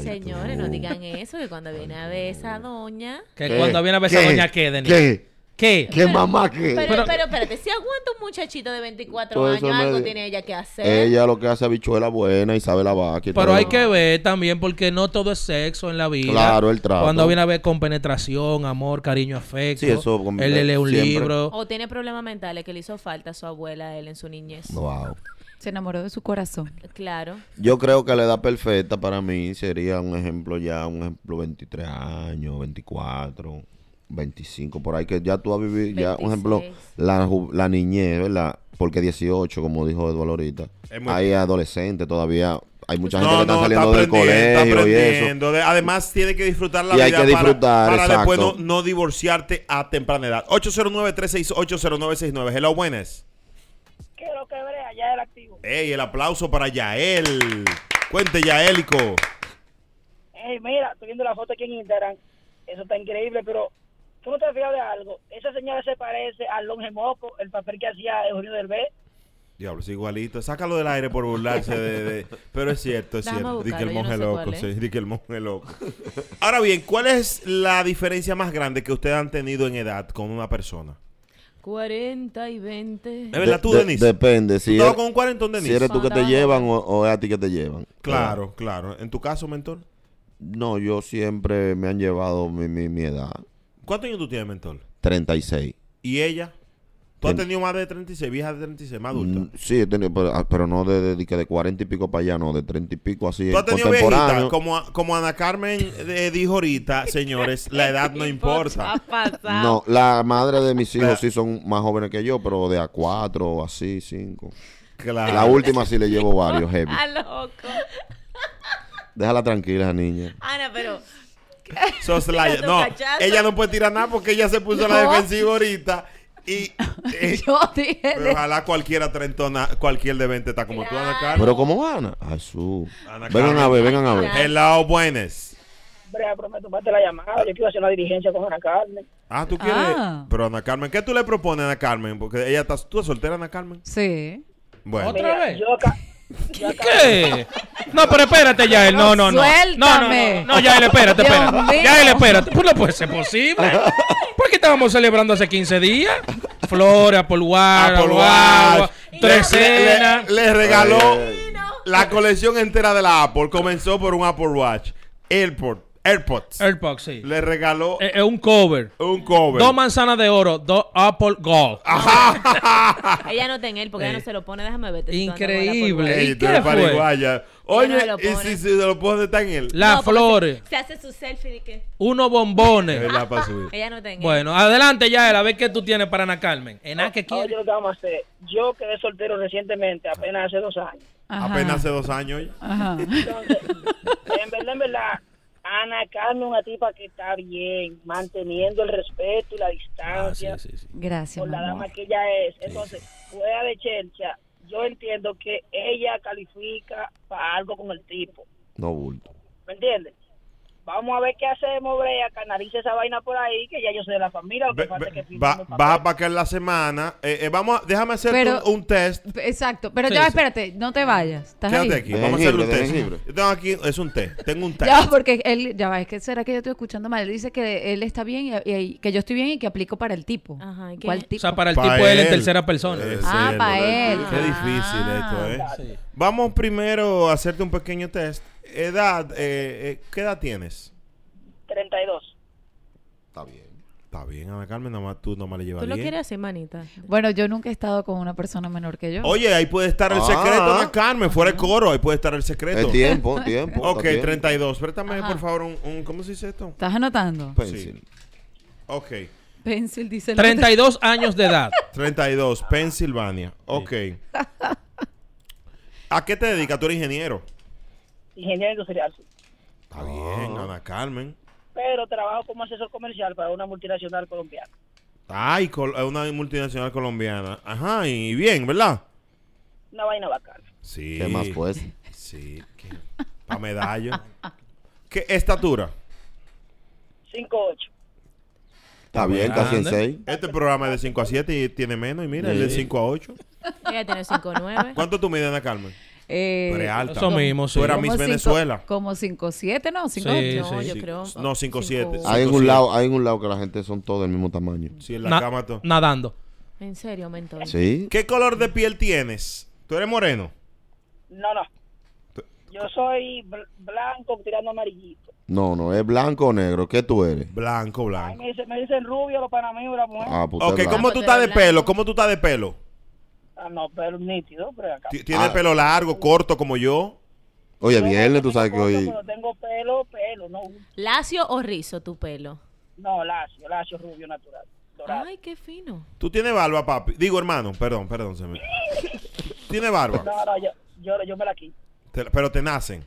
Señores, no digan eso, que cuando viene a ver esa doña. Que ¿Qué? cuando viene a ver esa ¿Qué? doña, ¿qué, Denis? ¿Qué? ¿Qué? ¿Qué mamá qué? Pero, ¿eh? Pero- pero, espérate, si aguanta un muchachito de 24 Todo eso años, me- algo tiene ella que hacer. Ella lo que hace habichuela buena y sabe la vaca. y Pero todo. hay que ver también, porque no todo es sexo en la vida. Claro, el trato. Cuando viene a ver con penetración, amor, cariño, afecto. Sí, eso, con- Él le lee un siempre. libro. O tiene problemas mentales que le hizo falta a su abuela a él en su niñez. Wow. Se enamoró de su corazón. Claro. Yo creo que la edad perfecta para mí sería un ejemplo ya, un ejemplo 23 años, 24, 25, por ahí que ya tú has vivido, ya un ejemplo, 26. la, ju- la niñez, ¿verdad? Porque 18, como dijo Eduardo ahorita, Es muy- hay adolescentes todavía, hay mucha gente que No, está no, está saliendo del aprendiendo, está colegio y eso. aprendiendo. De- Además, tiene que disfrutar la Y vida hay que disfrutar, para, para después no, exacto. no divorciarte a temprana edad. 809-368-0969. Hello, buenas. que lo que brea, ya era activo. Ey, el aplauso para Yael. Cuente, Yaelico. Ey, mira, estoy viendo la foto aquí en Instagram. Eso está increíble, pero tú no te has fijado de algo. Esa señora se parece a Longe Moco, el papel que hacía Eugenio Derbez. Diablo, es igualito. Sácalo del aire por burlarse de... de- Pero es cierto, es Déjame cierto. Dice que el buscarlo, yo no monje sé loco, cuál es. sí, di que el monje loco. Ahora bien, ¿cuál es la diferencia más grande que ustedes han tenido en edad con una persona? 40 y 20. ¿Es verdad tú, De- Denise? Depende, ¿Tú si estabas eres, con un cuarentón, Denise? si eres tú que te Cuando- llevan o, o es a ti que te llevan. Claro, claro. ¿En tu caso, mentor? No, yo siempre me han llevado mi, mi, mi edad, ¿Cuántos años tú tienes, mentor? 36. ¿Y ella? ¿Tú has Ten- tenido más de 36, vieja de 36, más adulta? Mm, Sí, he tenido, pero, ah, pero no de, de, de que de 40 y pico para allá, no, de 30 y pico así. Tú has tenido viejitas, contemporáneo. como, a- como Ana Carmen eh, dijo ahorita, señores, [LAUGHS] la edad no importa. No, la madre de mis hijos sí son más jóvenes que yo, pero de a 4 o así, 5. Claro. La última sí le llevo varios heavy. Ah, loco. Déjala tranquila, esa niña. Ana, [LAUGHS] pero. Soslaya. Tirando No, cachazo. ella no puede tirar nada porque ella se puso a la No. defensiva ahorita. Y eh, [LAUGHS] Yo dije. pero de- ojalá cualquiera trentona, cualquier de 20 está como tú, Ana Carmen. Pero ¿cómo van? Ay, su. Ah, Ana Vengan a Carmen. ver, vengan a Ah. ver. Hello, buenas. Brea, prometo, mate la llamada. Yo quiero hacer una dirigencia con una carne. Ah, tú quieres. Ah. Pero Ana Carmen, ¿qué tú le propones a Ana Carmen? Porque ella está. ¿Tú eres soltera, Ana Carmen? Sí. Bueno. ¿Otra vez? Yo acá. ¿Qué? No, pero espérate, Yael. No, no, no. No, no, Suéltame. no. No, Yael, espérate, Dios espérate. mío. Yael, espérate. Pues no puede ser posible. ¿Por qué estábamos celebrando hace 15 días? Flores, Apple Watch, Apple agua, Watch. tres Ah, Le- cenas. Le, le regaló Ay, la colección entera de la Apple. Comenzó por un Apple Watch. Airport, AirPods. Airpods, sí. le regaló Es es un cover. un cover. eh, Ah. Dos manzanas de oro, dos Apple Gold. Ella no ten él porque ella Eh. no se lo pone. Déjame verte. Increíble. Ey, ¿Y tú qué eres fue? pariguaya. no Oye, me lo y pone. si se lo pone, está en él. Las flores, Se hace su selfie de que. unos bombones. Es la pa' [LAUGHS] subir. Ella no ten él. Bueno, adelante, Yael, a ver qué tú tienes para Ana Carmen. Ená, ¿qué No, Ah, yo quieres? lo que vamos a hacer. Yo quedé soltero recientemente, apenas hace dos años. Ajá. Apenas hace dos años. oye. Ajá. [LAUGHS] Entonces, en verdad, en verdad, Ana Carmen, una tipa que está bien, manteniendo el respeto y la Ah, sí, distancia. sí, sí. [LAUGHS] Gracias, por la mi amor. dama que ella es. Entonces, fuera de Chelcha, yo entiendo que ella califica para algo con el tipo. No bulto. ¿Me entiendes? Vamos a ver qué hacemos, Brea, canalice esa vaina por ahí, que ya yo soy de la familia. Lo que Ve- pasa es que ve- firmamos va- el papel. Baja para acá en la semana. Eh, eh, vamos a- déjame hacer Pero- un, un test. Exacto, pero Sí, ya, sí. espérate, no te vayas. ¿Estás Quédate ahí? aquí. De Vamos a hacerle un jengibre, de test. jengibre. Yo tengo aquí, es un test. Tengo un test. Ya, pues, porque él, ya va, es que será que yo estoy escuchando mal. Él dice que él está bien y, y- que yo estoy bien y que aplico para el tipo. Ajá, ¿y qué? ¿Cuál O tipo? sea, para el Pa' tipo él en él. tercera persona. Eh, Ah, sí, pa' lo de- él. Qué difícil esto, ¿eh? Ah. Sí. Vamos primero a hacerte un pequeño test. Edad, eh, eh, ¿qué edad tienes? 32. Está bien. Está bien, Ana Carmen, nada más tú nomás le llevas ¿Tú lo 10. quieres así, manita? Bueno, yo nunca he estado con una persona menor que yo. Oye, ahí puede estar el Ah. secreto, Ana Carmen, fuera de coro, ahí puede estar el secreto. Es tiempo, tiempo. Ok, está bien. 32. Préstame, Ajá. por favor, un, un- ¿Cómo se dice esto? ¿Estás anotando? Pues, Pencil. Ok. Pencil dice... 32 años de edad. [LAUGHS] 32, Pensilvania. Ok. ¿A qué te dedicas? Tú eres ingeniero. Ingeniero industrial. sí. Ah. Está bien, Ana Carmen. Pero trabajo como asesor comercial para una multinacional colombiana. Ay, col- una multinacional colombiana. Ajá, y bien, ¿verdad? Una vaina bacana. Sí. ¿Qué más pues? Sí. Para medallo. ¿Qué estatura? 5'8". Está bien, casi en Grande. 6. Este programa es de 5 a 7 y tiene menos. Y mira, el de Sí. 5 a 8. Ella tiene 5'9". ¿Cuánto tú mides, Ana Carmen? [LAUGHS] Eh, Tú eres alta. Eso mismo, sí. Tú eras como Miss cinco- Venezuela. Como 5'7", ¿no? Cinco, Sí. No, yo sí. creo... oh, No, cinco, siete. cinco- Hay en sí. un lado, hay en un lado que la gente son todos del mismo tamaño. Sí, en la Na- cama. to- nadando. En serio, mentor. Sí. ¿Qué color de piel tienes? ¿Tú eres moreno? No, no. Yo soy bl- blanco tirando amarillito. No, no, es blanco o negro. ¿Qué tú eres? Blanco, Ay, blanco. me, dicen, me dicen rubio los panameños, la mujer. Ah, Ah, puta. Ok, ¿cómo tú estás de pelo? ¿Cómo tú estás de pelo? Ah, no, pero nítido, pero acá. Ti- ¿Tienes Ah. pelo largo, corto, como yo? Oye, Yo viernes, tú tengo sabes que corto, hoy. pero tengo pelo, pelo, no, ¿Lacio o rizo tu pelo? no, lacio, lacio, rubio, natural, dorado. Ay, qué fino. ¿Tú tienes barba, papi? Digo, hermano, perdón, perdón. Se me... ¿Tienes barba? No, no, yo, yo, yo me la quito. Te- pero te nacen.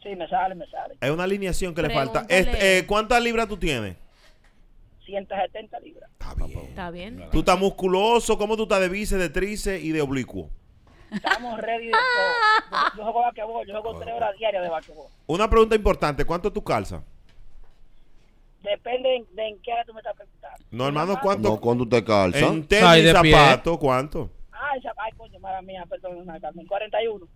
Sí, me sale, me sale. Hay una alineación que le falta. Pregúntale. Este, eh, ¿Cuántas libras tú tienes? 170 libras. Está bien. ¿Está bien? ¿Tú estás musculoso? ¿Cómo tú estás de bíceps, de tríceps y de oblicuo? Estamos ready de todo. Yo, yo juego basquetbol, yo juego tres horas diarias de basquetbol. Una pregunta importante. ¿Cuánto tú calzas? Depende de, de en qué hora tú me estás preguntando. No, hermano, No, ¿cuánto? ¿cuándo te calza? En Ay, tenis, de pie. zapato, ¿cuánto? Ay, Ah, esa, ay, coño, mala mía, perdón, una Carmen, 41.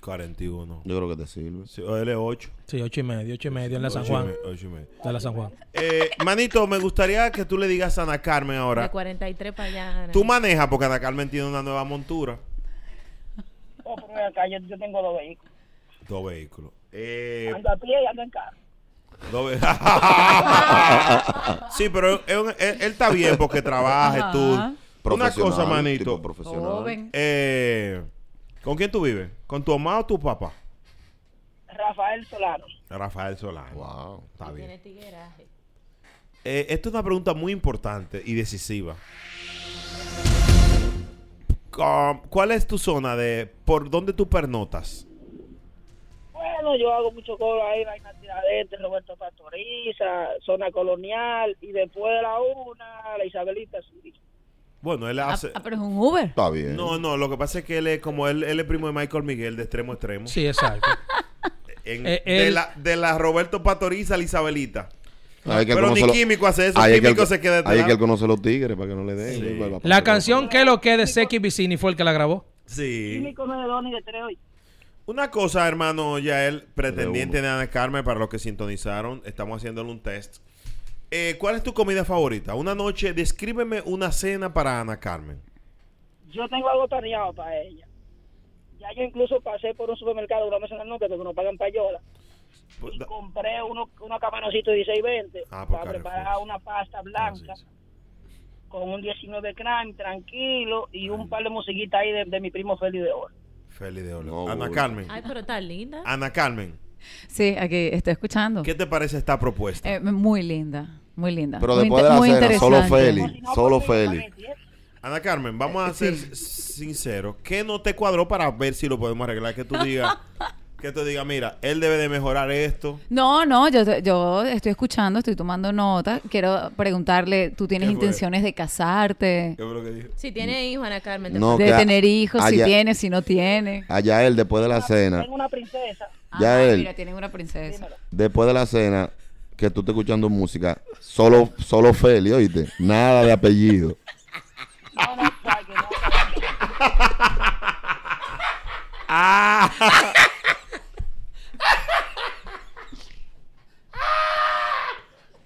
41. Yo creo que te sirve. Sí, L8. Sí, 8 y medio, 8 y medio en la San Ocho y Juan. me- ocho y medio. De la San Juan. Eh, manito, me gustaría que tú le digas a Ana Carmen De ahora. 43 para allá. Ana. Tú manejas porque Ana Carmen tiene una nueva montura. Oh, pero ven acá, yo, yo tengo dos vehículos. Dos vehículos. Eh, Ando a pie y ando en carro. dos ve- [LAUGHS] sí, pero él, él- él- él está bien porque trabaja, Ajá. estudia. Una Profesional, cosa, manito. tipo profesional. Joven. Eh, ¿Con quién tú vives? ¿Con tu mamá o tu papá? Rafael Solano. Rafael Solano. Wow. Está bien. Tiene tigueraje. Eh, esta es una pregunta muy importante y decisiva. Com- ¿Cuál es tu zona de por dónde tú pernotas? Bueno, yo hago mucho coro ahí, vaina tiradente, Roberto Pastoriza, zona colonial, y después de la una, la Isabelita Zurich. Bueno, él hace. Ah, pero es un Uber. Está bien. No, no, lo que pasa es que él es como él, él es primo de Michael Miguel, de extremo a extremo. Sí, exacto. En- Eh, de, él- la, de la Roberto Pastoriza a la Isabelita. Hay que Pero ni conocer los- químico hace eso, Ahí es que químico el- se Ahí queda es atrás. que él conoce los tigres para que no le den. Sí. Igual va a pasar. La canción que lo que de Seki Vicini fue el que la grabó. Sí. Químico no es de dos ni de tres hoy. Una cosa, hermano Yael, pretendiente uno. de Ana Carmen, para los que sintonizaron, estamos haciéndole un test. Eh, ¿Cuál es tu comida favorita? Una noche, descríbeme una cena para Ana Carmen. Yo tengo algo planeado para ella. Ya yo incluso pasé por un supermercado, no me suena el nombre porque no pagan payola, Pues, y da- compré uno, unos camaroncitos 16-20 Ah, por para Carrefour. preparar una pasta blanca Ah, sí, sí. con un 19 crime tranquilo y un par de musiquitas ahí de, de mi primo Félix de Oro. Feliz de oro. No, Ana güey. Carmen. Ay, pero está linda. Ana Carmen, Sí, aquí está escuchando. ¿qué te parece esta propuesta? Eh, muy linda, muy linda. Pero Muy después inte- de la muy cena, solo interesante. Félix. Si no, Solo pues, sí, Félix. también, ¿sí? Ana Carmen, vamos a Sí. ser s- sinceros. ¿Qué no te cuadró para ver si lo podemos arreglar? Que tú digas, que tú digas, mira, él debe de mejorar esto. No, no, yo, te- yo estoy escuchando, estoy tomando nota. Quiero preguntarle, ¿tú tienes ¿Qué fue? intenciones de casarte? ¿Qué fue lo que dijo? Si tiene hijo, Ana Carmen. te No, pasa. que De a- tener hijos, si allá- tienes, si no tienes. Allá él, después de la cena, Tengo una princesa. Ya Ay, él. Mira, tienen una princesa. después de la cena, que tú estés escuchando música, solo, solo Feli, oíste, nada de apellido. No, no, para que no.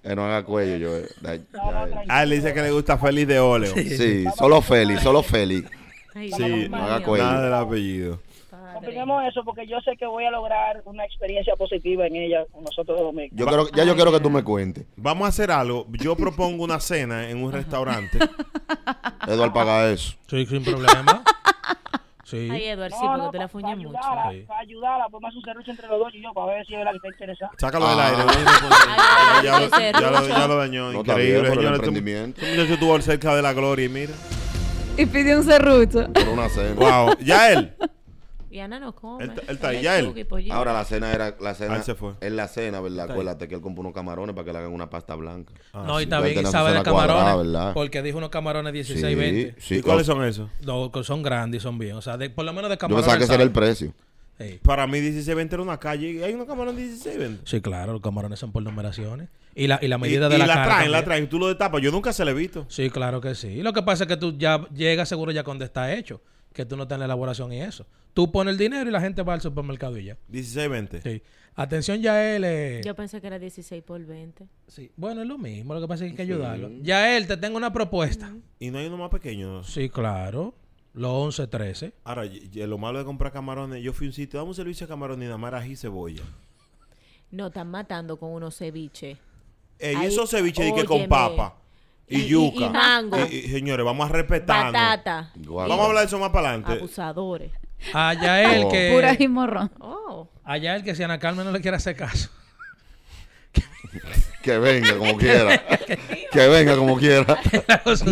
Eh, no haga cuello, yo. eh, da- ya él. Ah, él dice que le gusta Félix de óleo. Sí, solo Feli, solo Feli. Ay, Sí, Dios no mío, haga cuello. Nada del apellido. padre. Confirmemos eso porque yo sé que voy a lograr una experiencia positiva en ella con nosotros dos mismos. Yo creo, ya yo quiero que tú me cuentes. Vamos a hacer algo. Yo propongo una cena en [LAUGHS] un restaurante. Eduardo paga eso. Sí, sin problema. [LAUGHS] Sí. Ay, Eduard, sí, No, porque no, te la pa- fuñes pa' mucho. ayudarla, Sí. Para ayudarla, pues más un cerrucho entre los dos y yo para ver si es la que está interesada. Sácalo del Ah. aire. no [LAUGHS] hay responsabilidad. Ay, ya, lo, ese ya lo- rucho. ya lo dañó. No, está bien, Increíble, por el señores. Este emprendimiento. este muchacho estuvo cerca de la gloria y mira. Y pide un serrucho. Por una cena. Wow. [LAUGHS] Ya él. Y Ana no come. Él está- él está ahí, Come ya él. chuki, pollito. Ahora la cena era la cena. Ah, él se fue. En la cena, ¿verdad? Acuérdate que él compró unos camarones para que le hagan una pasta blanca. No, Hay y que también tener sabe de su cena cuadrada, camarones. ¿verdad? Porque dijo unos camarones 16 Sí, 20. sí. ¿Y cuáles son esos? No, que son grandes y son bien. O sea, de- por lo menos de Yo camarones. pensaba que ese era el sabe. precio. Sí. Para mí 1620 era una calle. y Hay una cámara en 1620. Sí, claro, los camarones son por numeraciones. Y la, y la Y, y medida la, de la, cara traen, la también. traen. Tú lo destapas. Yo nunca se le he visto. Sí, claro que sí. Y lo que pasa es que tú ya llegas seguro ya cuando está hecho, que tú no estás en la elaboración y eso. Tú pones el dinero y la gente va al supermercado y ya. 1620. Sí. Atención, Yael. eh, Yo pensé que era 16 por 20. sí. Bueno, es lo mismo, lo que pasa es que hay que ayudarlo. Yael, te tengo una propuesta. Y no hay uno más pequeño. Sí, claro. Los 11, 13. Ahora, y- y lo malo de comprar camarones. Yo fui a un sitio, dame un servicio de camarones y nada más era ají y cebolla. No, están matando con unos ceviches. Eh, y Ay, esos ceviches de que con óyeme. papa y, Y- y- yuca. y mango. Y- y, señores, vamos a respetarnos. Batata. Guau. Vamos a hablar de eso más para adelante. Abusadores. A Yael Oh. Eh. que. Pura y morrón. Oh. a Yael que si Ana Carmen no le quiere hacer caso. [LAUGHS] Que venga como quiera. que venga como [LAUGHS] quiera.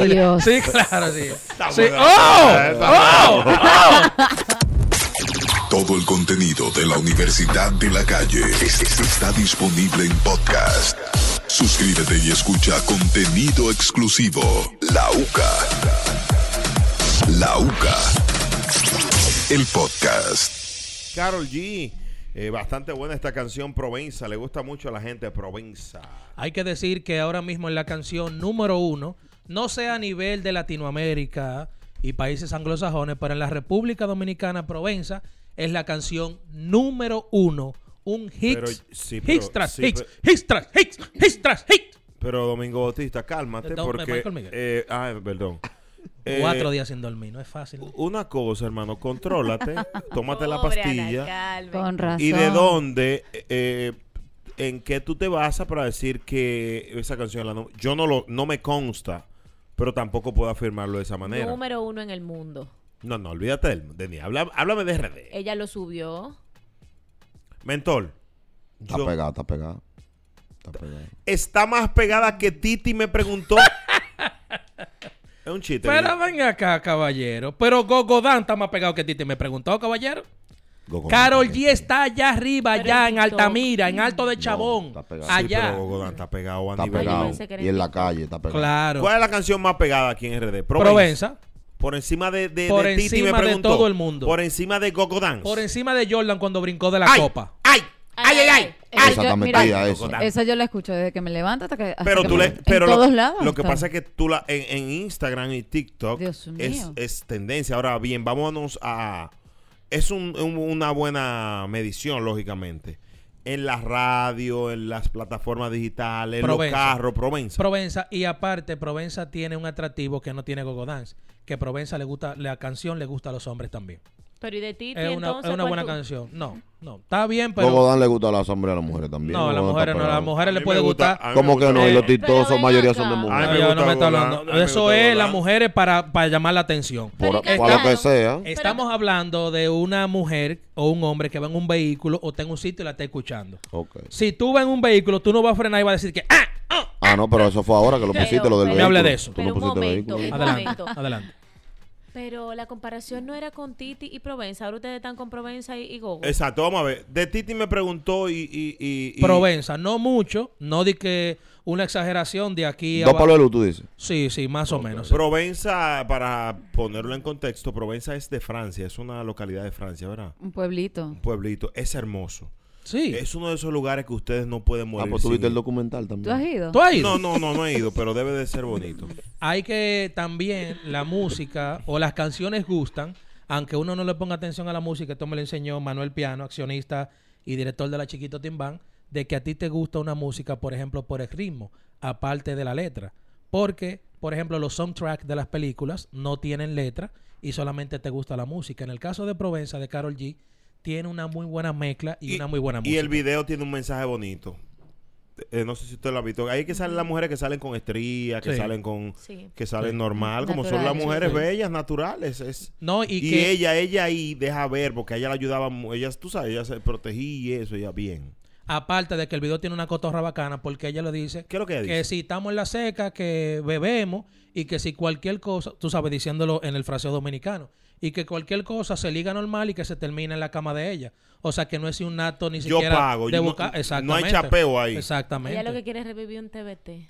Dios. Sí, claro, sí. Sí. buena. ¡Oh! Está ¡Oh! ¡Oh! Todo el contenido de la Universidad de la Calle es- es- está disponible en podcast. Suscríbete y escucha contenido exclusivo. La UCA. La UCA. El podcast. Carol G. eh, bastante buena esta canción Provenza. Le gusta mucho a la gente Provenza. Hay que decir que ahora mismo en la canción número uno, no sea a nivel de Latinoamérica y países anglosajones, pero en la República Dominicana, Provenza, es la canción número uno. Un hit, Pero, sí, pero, hits tras sí, hits, pero- hits tras hits, hits tras hits. Pero Domingo Bautista, cálmate Perdón, porque... Michael Miguel. eh, ah, perdón. Eh, Cuatro días sin dormir, no es fácil. Una cosa, hermano, [LAUGHS] contrólate, tómate la Pobre Ana pastilla. Carmen. Con razón. ¿Y de dónde, eh, en qué tú te basas para decir que esa canción es la nu- Yo no lo, no me consta, pero tampoco puedo afirmarlo de esa manera. Número uno en el mundo. No, no, olvídate del- de ni habla- háblame de Eh. RD. Ella lo subió. Mentor. Está yo- pegado, está pegado. Está pegado. está más pegada que Titi me [LAUGHS] preguntó. es un chiste. Pero ven acá, caballero. Pero Gogodán está más pegado que Titi. Me preguntó, caballero. Go con Carol el G está allá arriba, Pero allá en en TikTok. Altamira, en Alto de No, Chabón. está pegado. Sí, Allá. allá. está pegado a Está nivel- pegado. pensé que era Y en la calle está pegado. Claro. ¿Cuál es la canción más pegada aquí en RD? Provenza. Por encima de, de- Por de Titi encima me de preguntó. todo el mundo. Por encima de Coco Dance. Por encima de Jordan cuando brincó de la ¡Ay! copa. ¡Ay! ¡Ay, ay, ay! Ay, Esa yo- está mira, metida, esa. Esa yo la escucho desde que me levanto hasta que. hasta Pero que tú me- le. en Pero todos lo, lados. lo que está. pasa es que tú la. En, en Instagram y TikTok. Dios Es, mío. es tendencia. Ahora bien, vámonos a. Es un- un- una buena medición, lógicamente. En la radio, en las plataformas digitales, en los Provenza. carros, Provenza. Provenza. Y aparte, Provenza tiene un atractivo que no tiene Gogo Dance. Que Provenza le gusta, la canción le gusta a los hombres también. Pero y de Titi, Es una, entonces. es una ¿cuál buena tú? canción. No, no. Está bien, pero. Luego Dan le gusta a las hombres a las mujeres también. no, a las está mujeres no. A pegado. las mujeres A le mí puede me gusta- gustar. a mí me ¿Cómo que no? gusta- Y los Pero titosos, ven mayoría acá. son de Ay, mujeres. me No, yo gusta no me está Gogo hablando. Dance, a mí me Eso gusta es, Gogo las Dance. mujeres para, para llamar la atención. Por, Pero por lo que claro. sea. Estamos hablando de una mujer o un hombre que va en un vehículo o está en un sitio y la está escuchando. Ok. Si tú vas en un vehículo, tú no vas a frenar y vas a decir que ¡ah! ¡Ah! Ah, no, pero eso fue ahora que lo Pero- pusiste, lo del pero- vehículo. Me hable de eso. Tú Pero no un pusiste momento, vehículo. un Adelante, momento. adelante. Pero la comparación no era con Titi y Provenza. Ahora ustedes están con Provenza y, y Gogo. Exacto, vamos a ver. De Titi me preguntó y. y, y- y- Provenza, no mucho, no di que una exageración de aquí Dos ba- palos de luz, tú dices. Sí, sí, más o menos. sí. Provenza, para ponerlo en contexto, Provenza es de Francia, es una localidad de Francia, ¿verdad? Un pueblito. Un pueblito, es hermoso. Sí. Es uno de esos lugares que ustedes no pueden Ah, morir. pues tú sin viste el ir. documental también. ¿Tú has ido? ¿Tú has No, ido? no, no, no he ido, pero debe de ser [LAUGHS] bonito. Hay que también la música o las canciones gustan, aunque uno no le ponga atención a la música. Esto me lo enseñó Manuel Piano, accionista y director de la Chiquito Timbán, de que a ti te gusta una música, por ejemplo, por el ritmo, aparte de la letra. Porque, por ejemplo, los soundtracks de las películas no tienen letra y solamente te gusta la música. En el caso de Provenza, de Carol G, tiene una muy buena mezcla y, una muy buena y música. el video tiene un mensaje bonito. Eh, no sé si usted lo ha visto. Ahí que salen las mujeres que salen con estrías, que Sí. salen con. Sí. que salen normal, como son las Naturales, mujeres sí. bellas, naturales. Es. No, y, Y, que ella, ella ahí deja ver, porque a ella la ayudaba, mu- ella, tú sabes, ella se protegía y eso, ella bien. Aparte de que el video tiene una cotorra bacana, porque ella lo dice. ¿Qué es lo que ella dice? si estamos en la seca, que bebemos y que si cualquier cosa, tú sabes, diciéndolo en el fraseo dominicano, y que cualquier cosa se liga normal y que se termina en la cama de ella. O sea, que no es un acto ni Yo siquiera pago, de yo no- buscar. no hay Exactamente. chapeo ahí. Exactamente. Ella lo que quiere es revivir un TBT.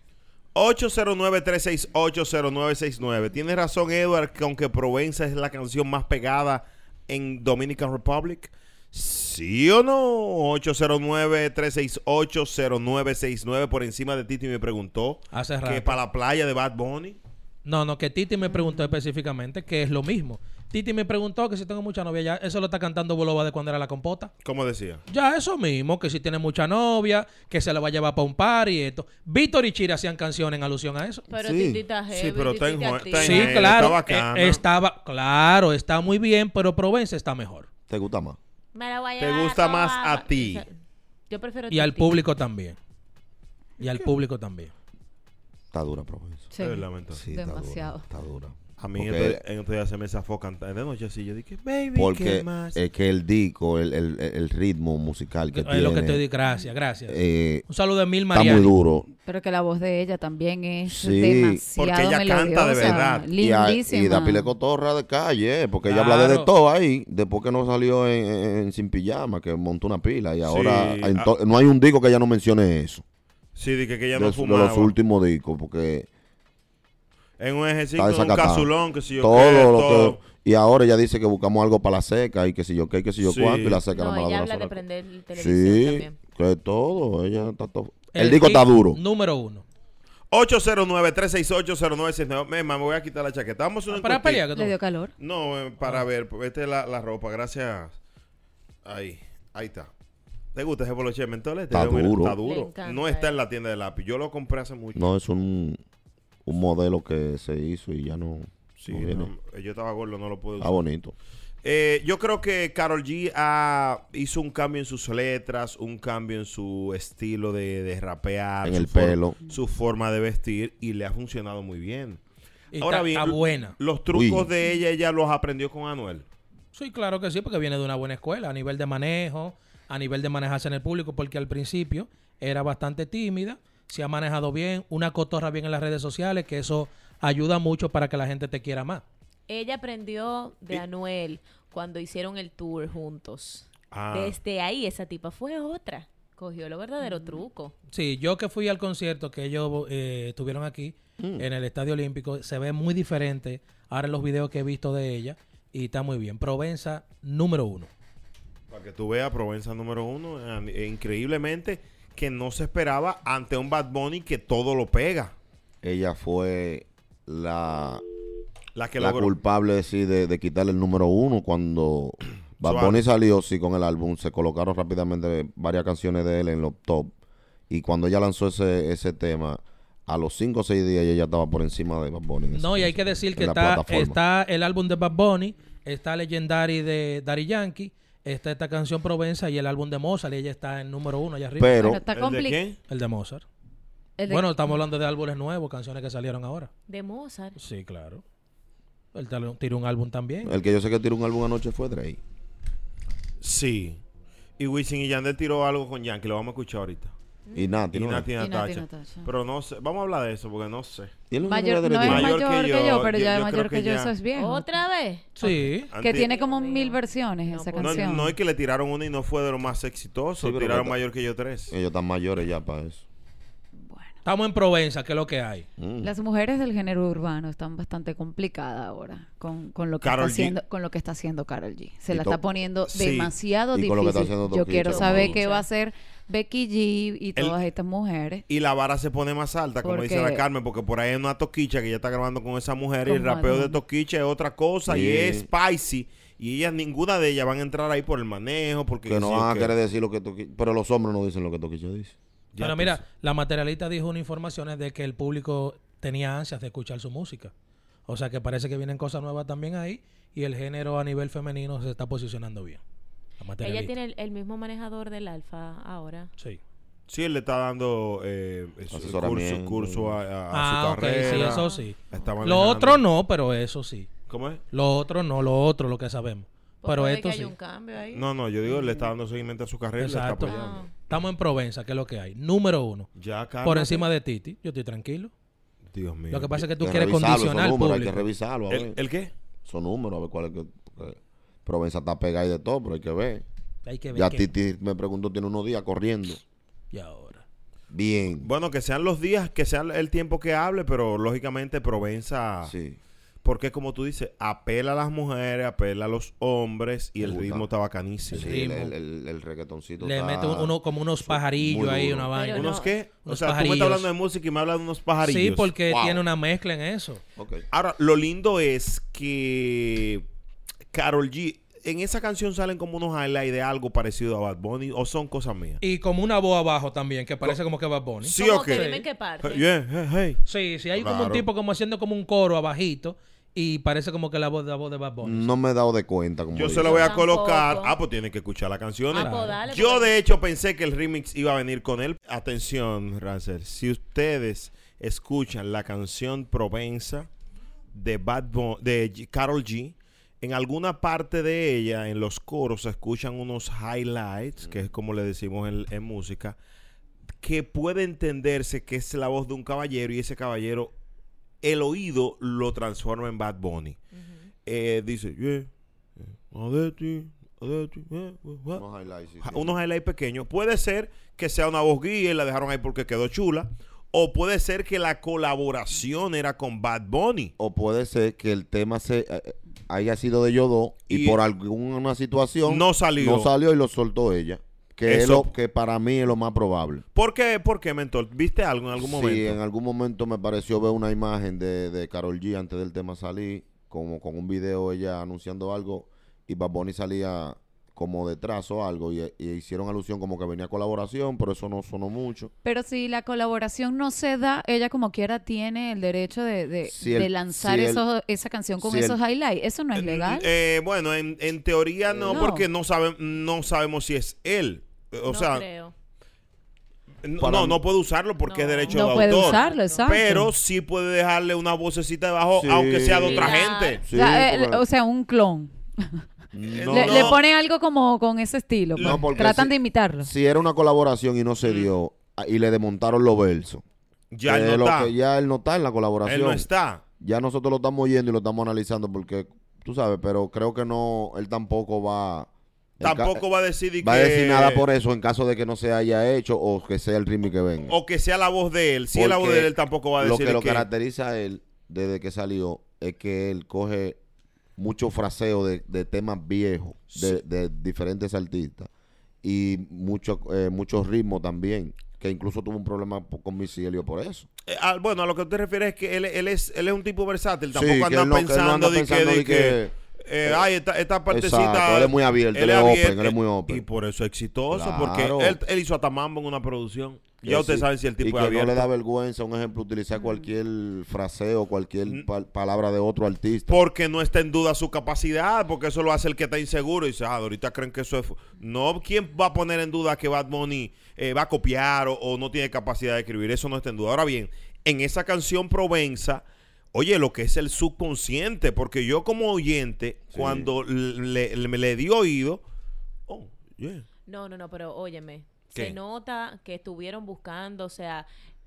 809-368-0969. Tienes razón, Edward, que aunque Provenza es la canción más pegada en Dominican Republic. ¿Sí o no? 809-368-0969 por encima de Titi me preguntó Hace que rato. para la playa de Bad Bunny. No, no, que Titi me preguntó específicamente que es lo mismo. Titi me preguntó que si tengo mucha novia ya, eso lo está cantando Boloba de cuando era la compota. ¿Cómo decía? Ya, eso mismo, que si tiene mucha novia, que se la va a llevar para un par y esto. Víctor y Chira hacían canciones en alusión a eso. Pero Sí. Titi está heavy. Sí, pero está en Titi jue- activa. está en Sí, Eh, está claro. eh, bacana. estaba, claro, está muy bien, pero Provenza está mejor. ¿Te gusta más? Me la voy a Te llevar gusta más toda. a ti. Yo prefiero Y al Titi. público también. Y al público también. Está dura, Provenza. Sí. Es lamentable. Sí, está Demasiado. dura. Está dura. A mí Porque- entonces- entonces se me zafó cantar de noche así. Yo dije, baby, ¿qué Porque eh, más? es que el disco, el, el, el ritmo musical que Es tiene, lo que te digo. Gracias, gracias. eh, Un saludo de Mil está María. muy duro. Pero que la voz de ella también es Sí. demasiado Porque ella canta de melodiosa, verdad. Y, a- Lindísima. y da pile cotorra de calle, eh, porque ella Claro. habla de, de todo ahí. Después que no salió en, en- en Sin Pijama, que montó una pila. Y ahora Sí, en ah. to- no hay un disco que ella no mencione eso. Sí, dije que ella De, no su- de fumaba. los últimos discos, porque En un ejercicio, está un desacatado. casulón, que si yo todo qué, lo todo. que. Y ahora ella dice que buscamos algo para la seca y que si yo qué, que si yo Sí. cuánto. Y la seca No, nada más ella la habla dura de sola- prender el televisión Sí, también. que todo. Ella está todo. El, disco está hit duro. Número uno. 809-368-0969. Mema, me voy a quitar la chaqueta. Vamos a hacer un Para corte. pelear, Ah. que tú- Le dio calor. No, eh, para ver. Vete la, la ropa. Gracias. Ahí. Ahí está. ¿Te gusta ese boloche mentol? Está duro. Está Le duro. encanta, No está eh. en la tienda de lápiz. Yo lo compré hace mucho. No es un, un modelo que se hizo y ya no. Sí, no viene. no, eh, yo estaba gordo, no lo pude Está usar. bonito. Eh, yo creo que Carol G ha- hizo un cambio en sus letras, un cambio en su estilo de, de rapear, En su el for- pelo. su forma de vestir y le ha funcionado muy bien. y Ahora está, bien, está buena. Los trucos Uy. de ella, ella los aprendió con Anuel. Sí, claro que sí, porque viene de una buena escuela a nivel de manejo, a nivel de manejarse en el público, porque al principio era bastante tímida, se ha manejado bien, una cotorra bien en las redes sociales, que eso ayuda mucho para que la gente te quiera más. Ella aprendió de Anuel cuando hicieron el tour juntos. Ah. Desde ahí esa tipa fue otra. Cogió lo Mm. verdadero truco. Sí, yo que fui al concierto que ellos eh, tuvieron aquí en el Estadio Olímpico, se ve muy diferente ahora en los videos que he visto de ella y está muy bien. Provenza número uno. Para que tú veas, Provenza número uno, eh, eh, increíblemente, que no se esperaba ante un Bad Bunny que todo lo pega. Ella fue la, La que la logró. culpable sí, de, de quitarle el número uno [CLEARS THROAT] cuando Bad Suave. Bunny salió sí, con el álbum. Se colocaron rápidamente varias canciones de él en los top. Y cuando ella lanzó ese, ese tema, a los 5 o 6 días ella estaba por encima de Bad Bunny. en ese- No, y hay que decir en que la está, plataforma. está el álbum de Bad Bunny, está Legendary de Daddy Yankee, está esta canción Provenza y el álbum de Mozart, y ella está en número uno allá arriba. Pero Bueno, está ¿El de complicado. quién? el de Mozart. Bueno, estamos hablando de álbumes nuevos, canciones que salieron ahora. De Mozart. Sí, claro. Él tal- tiró un álbum también. el que yo sé que tiró un álbum anoche fue Drake. Sí. Y Wisin y Yandel tiró algo con Yankee, lo vamos a escuchar ahorita. Y Nati, Y ¿no? Nati Y Nati Natacha. Natacha. Pero no sé, vamos a hablar de eso porque no sé. ¿Y él es un Mayor, verdadero no es idiota? mayor, que yo, pero yo- ya es yo mayor creo que, que yo, ya- eso es viejo. ¿Otra vez? Sí. Que Antes- tiene como mil versiones esa no, canción. no es que le tiraron una y no fue de lo más exitoso. Sí, pero tiraron que- mayor que yo tres. Ellos están mayores ya para eso. Bueno, Estamos en Provenza, que es lo que hay. Mm. las mujeres del género urbano están bastante complicadas ahora con, con lo que Karol está G. haciendo, con lo que está haciendo Carol G. Se Y la to- está poniendo Sí. demasiado Y con lo que está difícil. haciendo Yo Toquicha, quiero saber mamá. qué va a hacer Becky G y El- todas estas mujeres. Y la vara se pone más alta, como dice Porque- la Carmen, porque por ahí hay una toquicha que ella está grabando con esa mujer y Con el rapeo de Maluma. toquicha es otra cosa y Sí. es spicy. Y ellas, ninguna de ellas van a entrar ahí por el manejo, porque... Que no sí, van a que- querer decir lo que Toquicha... Pero los hombres no dicen lo que Toquicha dice. Ya Pero tú mira, sabes. la materialista dijo unas informaciones de que el público tenía ansias de escuchar su música. O sea que parece que vienen cosas nuevas también ahí y el género a nivel femenino se está posicionando bien. La materialista. Ella tiene el, el mismo manejador del alfa ahora. Sí. Sí, él le está dando eh, eh, su- curso, Asesoramiento. curso a, a- a Ah, su ok, sí, carrera. eso sí. Está Lo manejando. otro no, pero eso sí. ¿Cómo es? Lo otro no, lo otro lo que sabemos. Pues Pero puede esto que haya sí. un cambio ahí. No, no, yo digo, le está dando seguimiento a su carrera y le está Exacto. apoyando. Estamos en Provenza, que es lo que hay. Número uno. Ya, Carmen. Por encima de Titi, yo estoy tranquilo. Dios mío. Lo que pasa es que tú Hay quieres revisarlo, esos condicionar al números, Hay público. que revisarlo, a ver. ¿El, el qué? Esos números, a ver cuál es que... porque Provenza está pegada y de todo, pero hay que ver. Hay que ver Ya qué- Titi me preguntó, tiene unos días corriendo. Y ahora. Bien. Bueno, que sean los días, que sea el tiempo que hable, pero lógicamente Provenza... Sí. Porque como tú dices, apela a las mujeres, apela a los hombres y Me el gusta. ritmo está bacanísimo. Sí, el, el, el- el reggaetoncito Le está- mete un- uno, como unos pajarillos muy ahí, duro. una vaina. Pero ¿Unos no, qué? unos o sea, tú me pajarillos. estás hablando de música y me hablas de unos pajarillos. Sí, porque Wow. tiene una mezcla en eso. Ok. Ahora, lo lindo es que Carol G, en esa canción salen como unos highlights de algo parecido a Bad Bunny o son cosas mías. Y como una voz abajo también, que parece como que Bad Bunny. Sí, ¿Cómo ok. que dime qué parte? Yeah, hey, hey. Sí, sí, hay como Claro. un tipo como haciendo como un coro abajito y parece como que la voz, la voz de Bad Bunny. No me he dado de cuenta. Como Yo se dice. lo voy a Tampoco. colocar. Ah, pues tiene que escuchar la canción. Ah, pues dale, Yo porque- de hecho pensé que el remix iba a venir con él. Atención, Razer. Si ustedes escuchan la canción Provenza de Bad Bunny, de Carol G, en alguna parte de ella, en los coros, se escuchan unos highlights, que es como le decimos en, en música, que puede entenderse que es la voz de un caballero y ese caballero, el oído lo transforma en Bad Bunny. Eh, dice, yeah, yeah, oh, adeti, adeti, yeah, yeah, yeah" Unos highlights, sí, ja- sí. unos highlights pequeños. Puede ser que sea una voz guía y la dejaron ahí porque quedó chula. O puede ser que la colaboración era con Bad Bunny. O puede ser que el tema se eh, eh, haya sido de ellos dos y, Y- por alguna situación No salió. no salió y lo soltó ella. Que es Eso- lo que para mí es lo más probable. ¿Por qué, por qué, mentor? ¿Viste algo en algún Sí, en momento? algún momento me pareció ver una imagen de, de Carol G antes del tema salir, como con un video ella anunciando algo y Bad Bunny salía como detrás o algo y, y hicieron alusión como que venía colaboración, pero eso no sonó mucho. Pero si la colaboración no se da, ella como quiera tiene el derecho de, de- Si el- de lanzar si el- esos- esa canción con si el- esos highlights. Eso no es legal. Eh, bueno, en, en teoría no, No. porque no, sabe- no sabemos si es él. Eh, O no sea, creo. no, Para no, mí- no puede usarlo porque es No. derecho no de puede autor. usarlo, exacto. Pero sí puede dejarle una vocecita debajo, Sí. aunque sea de otra Claro. gente. Sí, o, sea, el- porque- o sea, un clon. no, le, no. le ponen algo como con ese estilo. No, pues. porque Tratan si- de imitarlo. si era una colaboración y no Mm. se dio a- y le desmontaron los versos. Ya que es él no lo está. que ya él no está en la colaboración. él no está. Ya nosotros lo estamos oyendo y lo estamos analizando porque tú sabes, pero creo que no él tampoco va el ca- Tampoco va a decidir va a decir que- nada por eso en caso de que no se haya hecho o que sea el ritmo que venga. O que sea la voz de él. Si es la voz Porque de él, tampoco va a Lo decir que lo que- caracteriza a él desde que salió es que él coge mucho fraseo de, de temas viejos de, de diferentes artistas y mucho, eh, mucho ritmo también, que incluso tuvo un problema po- con Micilio por eso. Eh, ah, bueno, a lo que te refieres es que él, él es, él es un tipo versátil. Sí, Tampoco que anda, él no- que él no pensando anda de que... pensando De de que que- eh, ay, esta, esta partecita... Exacto, él es muy abierto, él es open, él es muy open. Y por eso es exitoso, Claro. porque él, él hizo hasta mambo en una producción. Ya Que usted sí, sabe si el tipo y que es no abierto. Mm. le da vergüenza, un ejemplo, utilizar cualquier fraseo, cualquier pal- palabra de otro artista. Porque no está en duda su capacidad, porque eso lo hace el que está inseguro y dice, ah, ahorita creen que eso es... fu-". No, ¿quién va a poner en duda que Bad Bunny eh, va a copiar o, o no tiene capacidad de escribir? Eso no está en duda. Ahora bien, en esa canción Provenza, oye, lo que es el subconsciente, porque yo como oyente, cuando le, le- me le di oído, oh, yeah. No, no, no, pero óyeme. ¿Qué? Se nota que estuvieron buscando, o sea,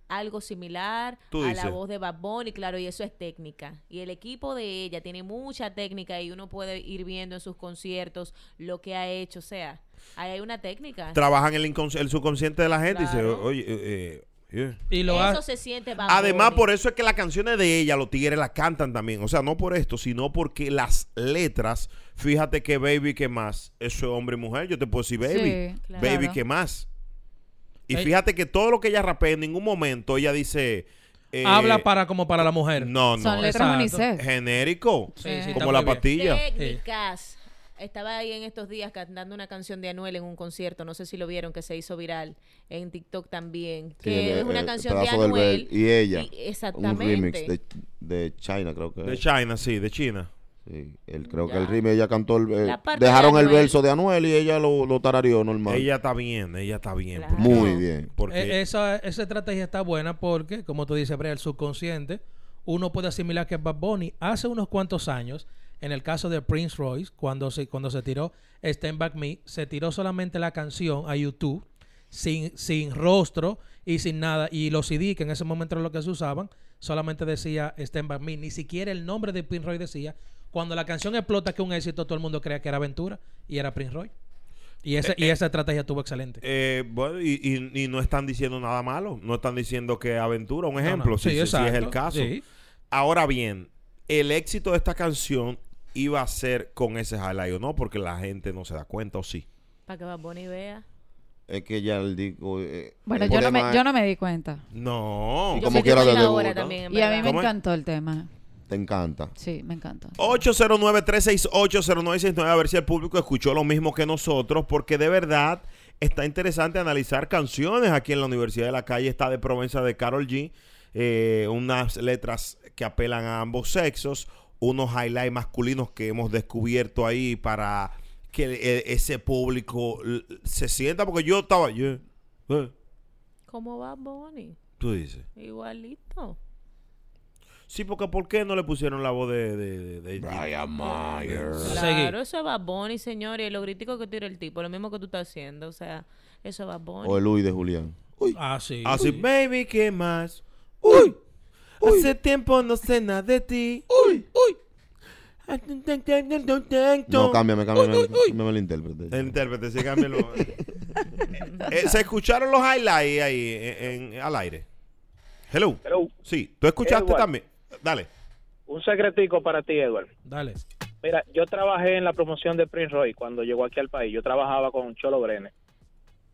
algo similar Tú a la dices. voz de Bad Bunny, claro, y eso es técnica. Y el equipo de ella tiene mucha técnica y uno puede ir viendo en sus conciertos lo que ha hecho, o sea, ahí hay una técnica. Trabajan el, incons- el subconsciente de la gente y dice, Claro. oye, eh, eh, yeah". Y lo eso hace. se siente Bad Además, Bunny. por eso es que las canciones de ella, los tigres las cantan también. O sea, no por esto, sino porque las letras, fíjate que baby que más, eso es hombre y mujer, yo te puedo decir baby, Sí, claro. baby Claro. que más. Y Ey. fíjate que todo lo que ella rapea en ningún momento ella dice... eh, Habla para como para la mujer. No, no. Son es letras exacto. Eh, unisex. genérico. Sí, sí, está como la muy bien. pastilla. técnicas. Estaba ahí en estos días cantando una canción de Anuel en un concierto, no sé si lo vieron, que se hizo viral en TikTok también, que el- es una el canción de eh, pedazo del Anuel Bel- y ella. exactamente. Un remix de, de China, creo que. De es. China, sí, de China. Sí, él, creo que Ya. el remix ella cantó. el- eh, La parte de dejaron el Anuel. verso de Anuel y ella lo, lo tarareó normal. Ella está bien, ella está bien. Claro. Muy bien. Porque Eh, esa, esa estrategia está buena porque, como tú dices, Brea, el subconsciente, uno puede asimilar que Bad Bunny hace unos cuantos años, en el caso de Prince Royce, cuando se, cuando se tiró Stand Back Me, se tiró solamente la canción a YouTube, sin, sin rostro y sin nada. Y los CD, que en ese momento era lo que se usaban, solamente decía Stand Back Me. Ni siquiera el nombre de Prince Royce decía. Cuando la canción explota, que es un éxito, todo el mundo creía que era Aventura y era Prince Royce. Y, ese, y esa estrategia estuvo excelente. Eh, bueno, y, y- y no están diciendo nada malo, no están diciendo que aventura, un ejemplo, No, no. si, Sí, si- si es el exacto. caso. Sí. Ahora bien, el éxito de esta canción iba a ser con ese highlight o no, porque la gente no se da cuenta o sí. Para que Bad Bunny vea. Es que ya el disco. eh, Bueno, el yo no, problema me, yo es- no me di cuenta. No. Y Yo como sé que quiera estoy te debo ahora votar. también, en Y a mí verdad. me ¿Cómo es? encantó el tema. Te encanta. Sí, me encantó. Oh. 809-368-0969, a ver si el público escuchó lo mismo que nosotros, porque de verdad está interesante analizar canciones aquí en la Universidad de la Calle, está de Provenza de Carol G, eh, unas letras que apelan a ambos sexos, unos highlights masculinos que hemos descubierto ahí para que eh, ese público l- se sienta, porque yo estaba, yo, eh, ¿Cómo Bad Bunny? tú dices. Igualito. Sí, porque ¿por qué no le pusieron la voz de... de, de- de- Brian Mayer. Seguí. Claro, eso es Bad Bunny, señores. y Lo crítico que tira el tipo, lo mismo que tú estás haciendo. O sea, eso es Bad Bunny. O el Luis de Julián. Uy. Ah, sí. Así, baby, ¿qué más? Uy. Hace tiempo no sé nada de ti. No, No cámbiame, cámbiame. Cámbiame el intérprete. El intérprete, sí, cámbialo. Eh, ¿Se escucharon los highlights ahí en- en- al aire? Hello. Pero Sí, ¿tú escuchaste Edward. también? Dale. un secretico para ti, Edward. Dale. Mira, yo trabajé en la promoción de Prince Roy cuando llegó aquí al país. Yo trabajaba con Cholo Brenes.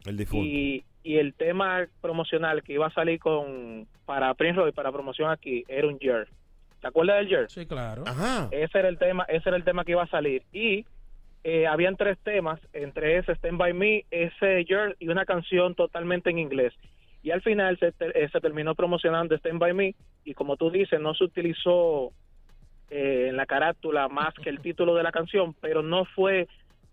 El difunto. Y, y el tema promocional que iba a salir con para Prince Roy, para promoción aquí, era un jersey. ¿Te acuerdas del jersey? Sí, claro. Ajá. Ese era el tema, ese era el tema que iba a salir. Y eh, habían tres temas, entre ese Stand By Me, ese Year y una canción totalmente en inglés. Y al final se, ter- eh, se terminó promocionando Stand By Me y como tú dices, no se utilizó eh, en la carátula más que el título de la canción, pero no fue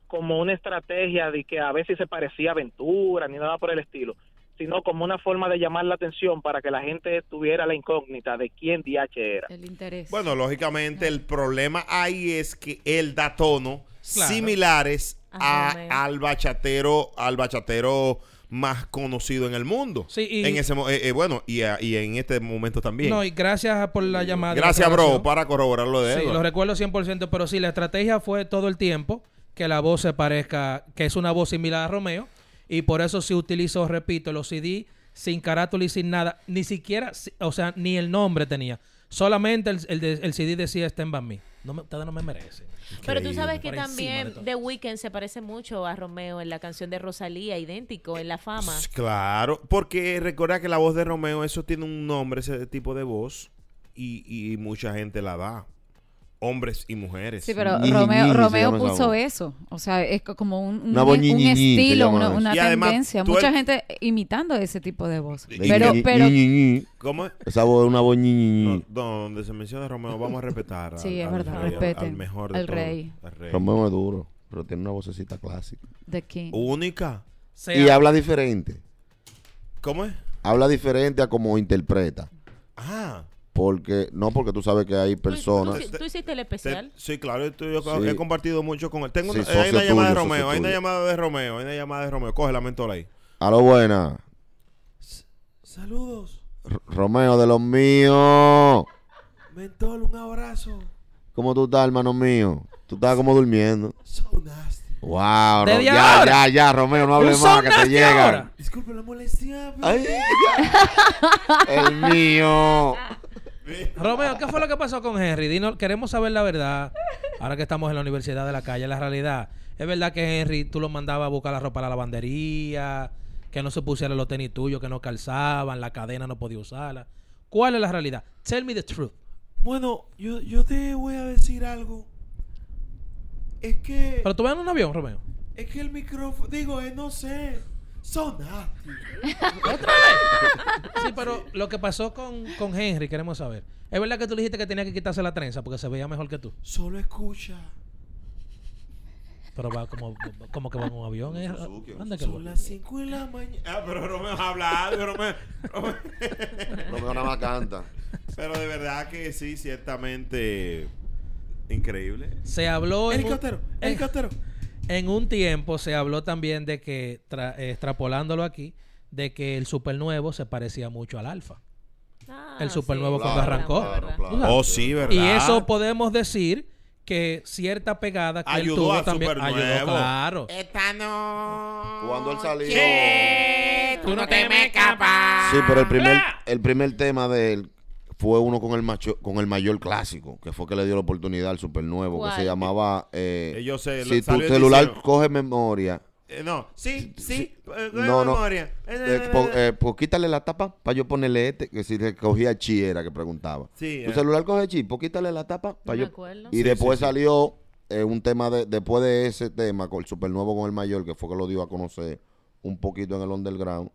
como una estrategia de que a ver si se parecía a aventura ni nada por el estilo, sino como una forma de llamar la atención para que la gente tuviera la incógnita de quién DH era. El interés. Bueno, lógicamente el problema ahí es que él da tonos Claro. similares a- Ajá, man. al bachatero, al bachatero más conocido en el mundo. Sí, y- en ese mo- eh, eh, bueno, y, a- y en este momento también. No, y gracias a- por la llamada. Gracias, bro, aclaración. para corroborar lo de Sí, Edward. lo recuerdo 100%, pero sí, la estrategia fue todo el tiempo que la voz se parezca, que es una voz similar a Romeo, y por eso sí utilizó, repito, los CD sin carátula y sin nada, ni siquiera, si- o sea, ni el nombre tenía. Solamente el, el de- el CD decía Stand By Me. No me, ustedes no me merecen. Pero tú sabes Por que encima de también todo. The Weeknd se parece mucho a Romeo en la canción de Rosalía, idéntico en La Fama. Pues, Claro, porque recuerda que la voz de Romeo, eso tiene un nombre, ese tipo de voz, y, y mucha gente la da. Hombres y mujeres. Sí, pero Ñi, Ñi, Romeo, Ñi, se Romeo llama esa puso voz. eso. O sea, es co- como un, un- Una voz Ñi, un Ñi, Ñi, se estilo, llama una, eso. una Y además, tendencia. tú Mucha el- gente imitando ese tipo de voz. Y- Pero, Ñi, pero Ñi, Ñi, Ñi. ¿Cómo es? Esa voz es una voz Ñi, Ñi, No, Ñi. donde se menciona Romeo, vamos a respetar. [LAUGHS] Sí, es verdad, rey, al- respeten Al mejor de al todos, rey. al rey. Romeo es duro, pero tiene una vocecita clásica. The Uh. King. Única. Sea- Y habla diferente. ¿Cómo es? Habla diferente a como interpreta. Ah. Porque, no porque tú sabes que hay ¿Tú- tú- personas. ¿Tú, tú hiciste el te- especial? sí, claro, esto yo Sí. he compartido mucho con él. Tengo Sí, una, hay una socio llamada de tuyo, socio Romeo, hay una tuyo. llamada de Romeo, hay una llamada de Romeo. Coge la mentola ahí. A lo buena. Saludos. R- Romeo de los míos. Mentol, un abrazo. ¿Cómo tú estás, hermano mío? Tú estás como durmiendo. So nasty. Wow, Ro- Desde ya, ahora. ya, ya, Romeo, no hables Un más que te sonaste llega. ahora. Disculpe la molestia. pero- Ay, ya. [LAUGHS] El [LAUGHS] mío. Romeo, ¿qué fue lo que pasó con Henry? Dinos, queremos saber la verdad. Ahora que estamos en la universidad de la calle, la realidad. Es verdad que Henry, tú lo mandabas a buscar la ropa a la lavandería, que no se pusieran los tenis tuyos, que no calzaban, la cadena no podía usarla. ¿Cuál es la realidad? Tell me the truth. Bueno, yo, yo te voy a decir algo. Es que. Pero tú vas en un avión, Romeo. Es que el micrófono. Digo, eh, no sé. Son nasty. Sí, pero lo que pasó con, con Henry, queremos saber. Es verdad que tú le dijiste que tenía que quitarse la trenza porque se veía mejor que tú. Solo escucha. Pero va como, como que va en un avión. ¿eh? Anda que Son va. las 5 de la mañana. Ah, pero Romeo habla algo, Romeo. Romeo. Romeo nada más canta. pero de verdad que sí, ciertamente. Increíble. Se habló en un- Helicóptero, en- helicóptero. En un tiempo se habló también de que, tra- eh, extrapolándolo aquí, de que el supernuevo se parecía mucho al alfa. Ah, El supernuevo sí, cuando claro, arrancó. claro, claro. Tú sabes. Oh, sí, ¿verdad? Y eso podemos decir que cierta pegada que Ayudó él tuvo al también supernuevo. ayudó, claro. Eh, Cuando él salió. Tú no te me escapas. Sí, pero el primer, el primer tema de él fue uno con el macho, con el mayor clásico, que fue que le dio la oportunidad al supernuevo, que se ¿Cuál? llamaba eh, Eh, yo sé, lo- Si tu salió el celular diseño. coge memoria. Eh, no, sí, sí. eh, No, no. memoria. Eh, Eh, eh, po- eh, eh, pues quítale la tapa para yo ponerle este, que si le cogía chi era que preguntaba. Sí, tu eh. celular coge chi, pues quítale la tapa para me yo. acuerdo. Y después salió eh, un tema de, después de ese tema con el supernuevo con el mayor, que fue que lo dio a conocer un poquito en el underground.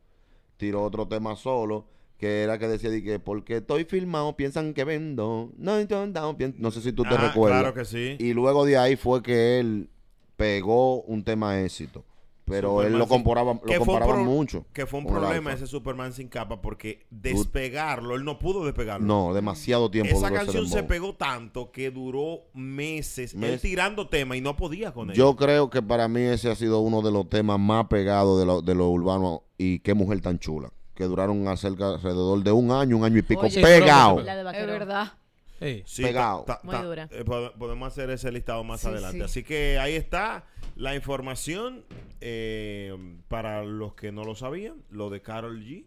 Tiró otro tema solo, que era que decía de que porque estoy filmado, piensan que vendo. No, yo andaba, pien-". no sé si tú te ah, recuerdas. Claro que sí. Y luego de ahí fue que él pegó un tema éxito. Pero él Superman lo sin- comparaba, que lo fue un comparaba pro- mucho. Que fue un con el problema Alfa. ese Superman sin capa porque despegarlo, él no pudo despegarlo. No, demasiado tiempo Esa duró ese canción se dembow. pegó tanto que duró meses, él Mes- tirando tema y no podía con él. Yo creo que para mí ese ha sido uno de los temas más pegados de lo, de lo urbano y qué mujer tan chula. Que duraron acerca alrededor de un año, un año y pico Oye, pegado. La de Es Vaquerón. verdad. Sí. Sí, pegado. ta- ta- Muy dura. eh, pod- podemos hacer ese listado más Sí, adelante. sí. Así que ahí está la información eh, para los que no lo sabían, lo de Carol G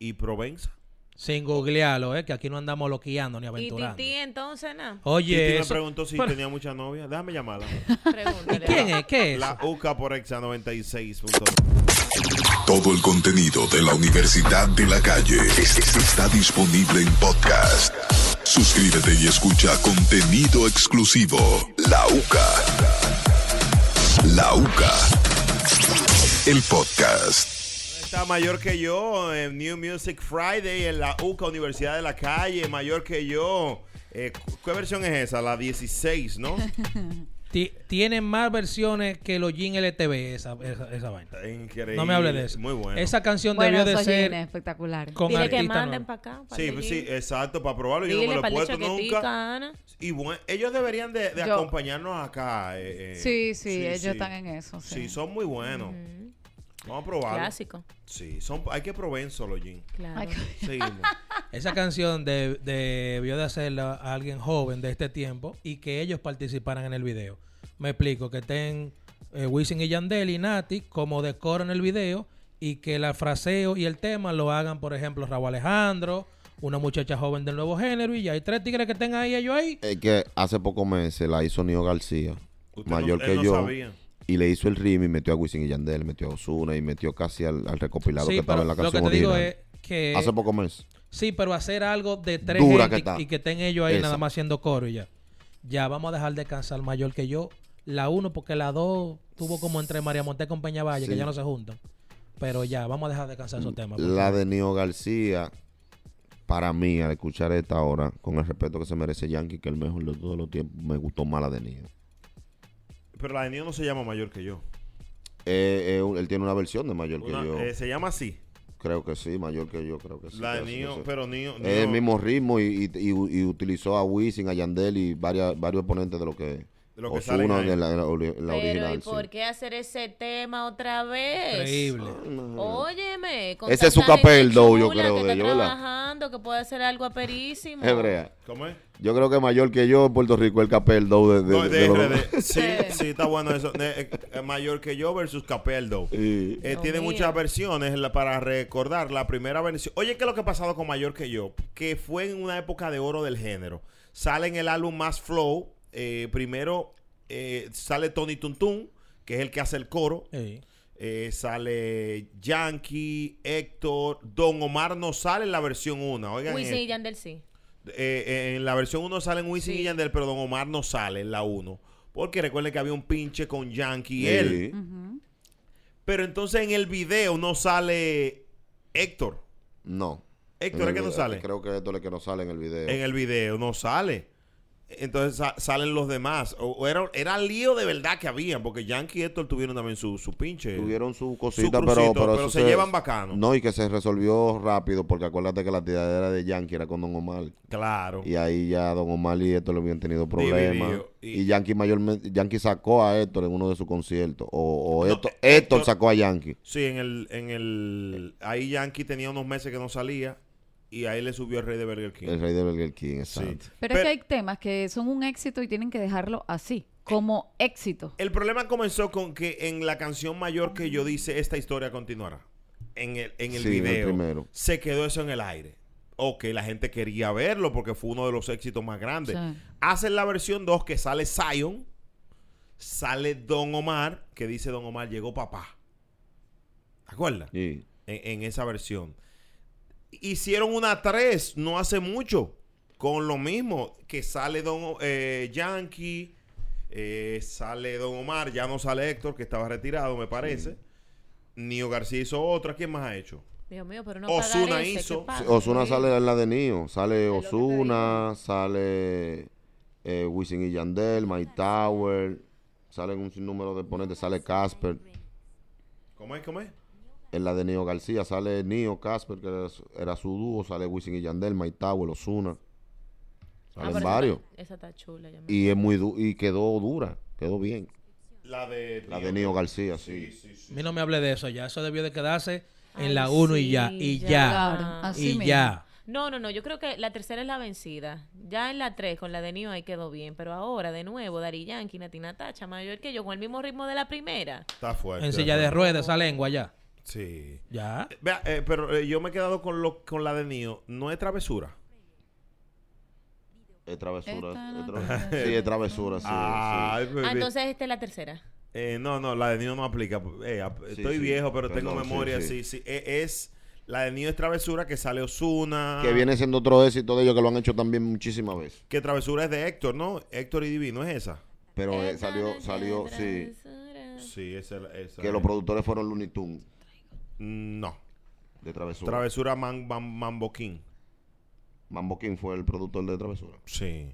y Provenza. Sin googlearlo, eh, que aquí no andamos loqueando ni Y aventurando. Titi, entonces, nada. Titi Oye, me eso- preguntó si pero- tenía mucha novia. Déjame llamarla. Oh. ¿y quién es? ¿Qué es? La UCA por Exa 96. punto dos. Todo el contenido de la Universidad de la Calle es- es- está disponible en podcast. Suscríbete y escucha contenido exclusivo. La UCA. La UCA. El podcast. Está mayor que yo en New Music Friday en la UCA Universidad de la Calle, mayor que yo. Eh, ¿Qué versión es esa? La 16, [LAUGHS] ¿no? Ti- Tienen más versiones que los Jin LTV, esa, esa, esa vaina. Increíble. No me hable de eso. Muy bueno. Esa canción Bueno, debió de esos ser jeans espectaculares. con Dile que artista manden nuevo. para acá. pa' Sí, pues Lili. sí, exacto, para probarlo. Yo no Dile me lo para he puesto nunca. Ana. Y bueno, ellos deberían de, de Yo- acompañarnos acá. eh, eh. Sí, sí, ellos sí. están en eso. Sí. Sí, son muy buenos. Mm, Vamos a probarlo. Clásico. Sí, son, hay que probar solo, Jim. Claro. Ay, [LAUGHS] qué- Seguimos. Esa canción de- debió de hacerla a alguien joven de este tiempo y que ellos participaran en el video. Me explico, que estén eh, Wisin y Yandel y Nati como decoro en el video y que el fraseo y el tema lo hagan, por ejemplo, Raúl Alejandro, una muchacha joven del nuevo género y ya hay tres tigres que estén ahí ellos ahí. Es Eh, que hace pocos meses la hizo Nio García, Usted mayor no- él que no yo, sabía. y le hizo el rim y metió a Wisin y Yandel, metió a Osuna y metió casi al, al recopilado Sí, que estaba pero en la lo canción que te digo original. es que Hace pocos meses. Sí, pero hacer algo de tres Dura gente que está. y que estén ellos ahí Esa. nada más haciendo coro y ya. Ya vamos a dejar descansar mayor que yo. La uno, porque la dos tuvo como entre María Monte y Compañía Valle, que Sí. Mm, ya no se juntan. Pero ya, vamos a dejar descansar esos temas. por La favor. de Nio García, para mí, al escuchar esta hora, con el respeto que se merece Yankee, que es el mejor de todos los tiempos, me gustó más la de Nio. Pero la de Nino no se llama mayor que yo. Eh, eh, un- él tiene una versión de mayor que Una- yo. eh, se llama así. Creo que sí, mayor que yo, creo que sí. La de creo que sí, Nino, sí. pero Nino. Es el mismo ritmo y, y- y- y utilizó a Wisin, a Yandel y varias, varios exponentes de lo que De lo que sale Osuna ahí. de la, de la ori- la Pero ¿y original. sí. por qué hacer ese tema otra vez? Increíble. Óyeme, con Ese es su tanta gente papel, though, yo chula creo, que de está ellos, ¿verdad? trabajando, que puede hacer algo aperísimo. Hebrea. ¿Cómo es? Yo creo que mayor que yo en Puerto Rico el capeldo de, de, de No, de los- RD. Sí, Sí. sí, está bueno eso. Ne- eh, eh, mayor que yo versus Capeldo. Sí. Eh, tiene mío. muchas versiones la- para recordar. La primera versión. Oye, ¿qué es lo que ha pasado con Mayor que yo? Que fue en una época de oro del género. Sale en el álbum Más Flow. eh, primero eh, sale Tony Tuntun, que es el que hace el coro. Ey. Eh, sale Yankee, Héctor, Don Omar no sale en la versión 1. Oigan, Wisin esto. y Yandel sí. Eh, eh, en la versión 1 salen Wisin Sí. y Yandel, pero Don Omar no sale en la 1. Porque recuerden que había un pinche con Yankee y Sí. él. Pero entonces en el video no sale Héctor. No. Héctor, En el ¿es que no video- sale? Creo que Héctor es que no sale en el video. En el video no sale. Entonces sa- salen los demás. O, o era, era lío de verdad que habían. Porque Yankee y Héctor tuvieron también su, su pinche. Tuvieron su cosita, Su pero, crucito, pero, pero eso se llevan bacano. No, y que se resolvió rápido, porque acuérdate que la tiradera de Yankee era con Don Omar. Claro. Y ahí ya Don Omar y Héctor le habían tenido problemas. Dividido. Y- Y, Yankee mayormente, Yankee sacó a Héctor en uno de sus conciertos. O, o No, Héctor, Héctor- Héctor sacó a Yankee. Sí, en el, en el. Ahí Yankee tenía unos meses que no salía. Y ahí le subió el rey de Burger King. El rey de Burger King, Sí. exacto. Pero es que hay temas que son un éxito y tienen que dejarlo así, como éxito. El problema comenzó con que en la canción mayor que yo dice, esta historia continuará. En el, en el Sí, en el video. primero. Se quedó eso en el aire. Ok, la gente quería verlo porque fue uno de los éxitos más grandes. Sí. Hacen la versión 2 que sale Zion, sale Don Omar, que dice Don Omar, llegó papá. ¿Te acuerdas? Sí. En, en esa versión. Hicieron una 3 no hace mucho con lo mismo que sale Don eh, Yankee, eh, sale Don Omar, ya no sale Héctor, que estaba retirado, me parece. Nio García hizo otra. ¿Quién más ha hecho? Dios mío, pero no Ozuna pagar ese, hizo- ¿qué pasa? Sí, Ozuna Sí. sale en la de Nio. Sale Ah, lo que te digo. Ozuna, sale eh, Wisin y Yandel, My Tower. Salen un sinnúmero de ponentes. Sale Casper. ¿Cómo es? ¿Cómo es? En la de Nio García sale Nio, Casper, que era su, era su dúo. Sale Wisin y Yandel, My Tower, Ozuna. Ah, Salen pero esa varios. está- Esa está chula. ya me- Y, es muy du- y quedó dura. Quedó bien. La de La de Nio García, sí. A mí no me hable de eso ya. Eso debió de quedarse en la Ay, 1 sí, y ya. Y ya. ya. Claro, Ah. así y mismo. ya. No, no, no, yo creo que la tercera es la vencida. Ya en la tres, con la de Nio ahí quedó bien, pero ahora de nuevo Dari Yankee, Natina Tacha, mayor que yo con el mismo ritmo de la primera. Está fuerte. En silla de ruedas, esa lengua ya. Sí. Ya. Vea, eh, pero eh, yo me he quedado con, lo, con la de Nio. No es travesura. Es travesura. Esta es no tra- [LAUGHS] te- sí, es travesura, sí. Ay, sí. bebé. Ah, entonces esta es la tercera. Eh, no, no, la de Nino no aplica. Eh, ap- Sí, estoy sí. viejo, pero tengo Perdón, sí, memoria. Sí, sí. sí. Eh, es la de Nino es travesura que sale Osuna. Que viene siendo otro éxito de ellos que lo han hecho también muchísimas veces. Que travesura es de Héctor, ¿no? Héctor y Divino es esa. Pero eh, Esta salió, noche salió, de sí. travesura. Sí, esa, esa Que los productores fueron Looney Tunes No. de Travesura. Travesura Man, Man- Mambo King. Mambo King fue el productor de Travesura. Sí.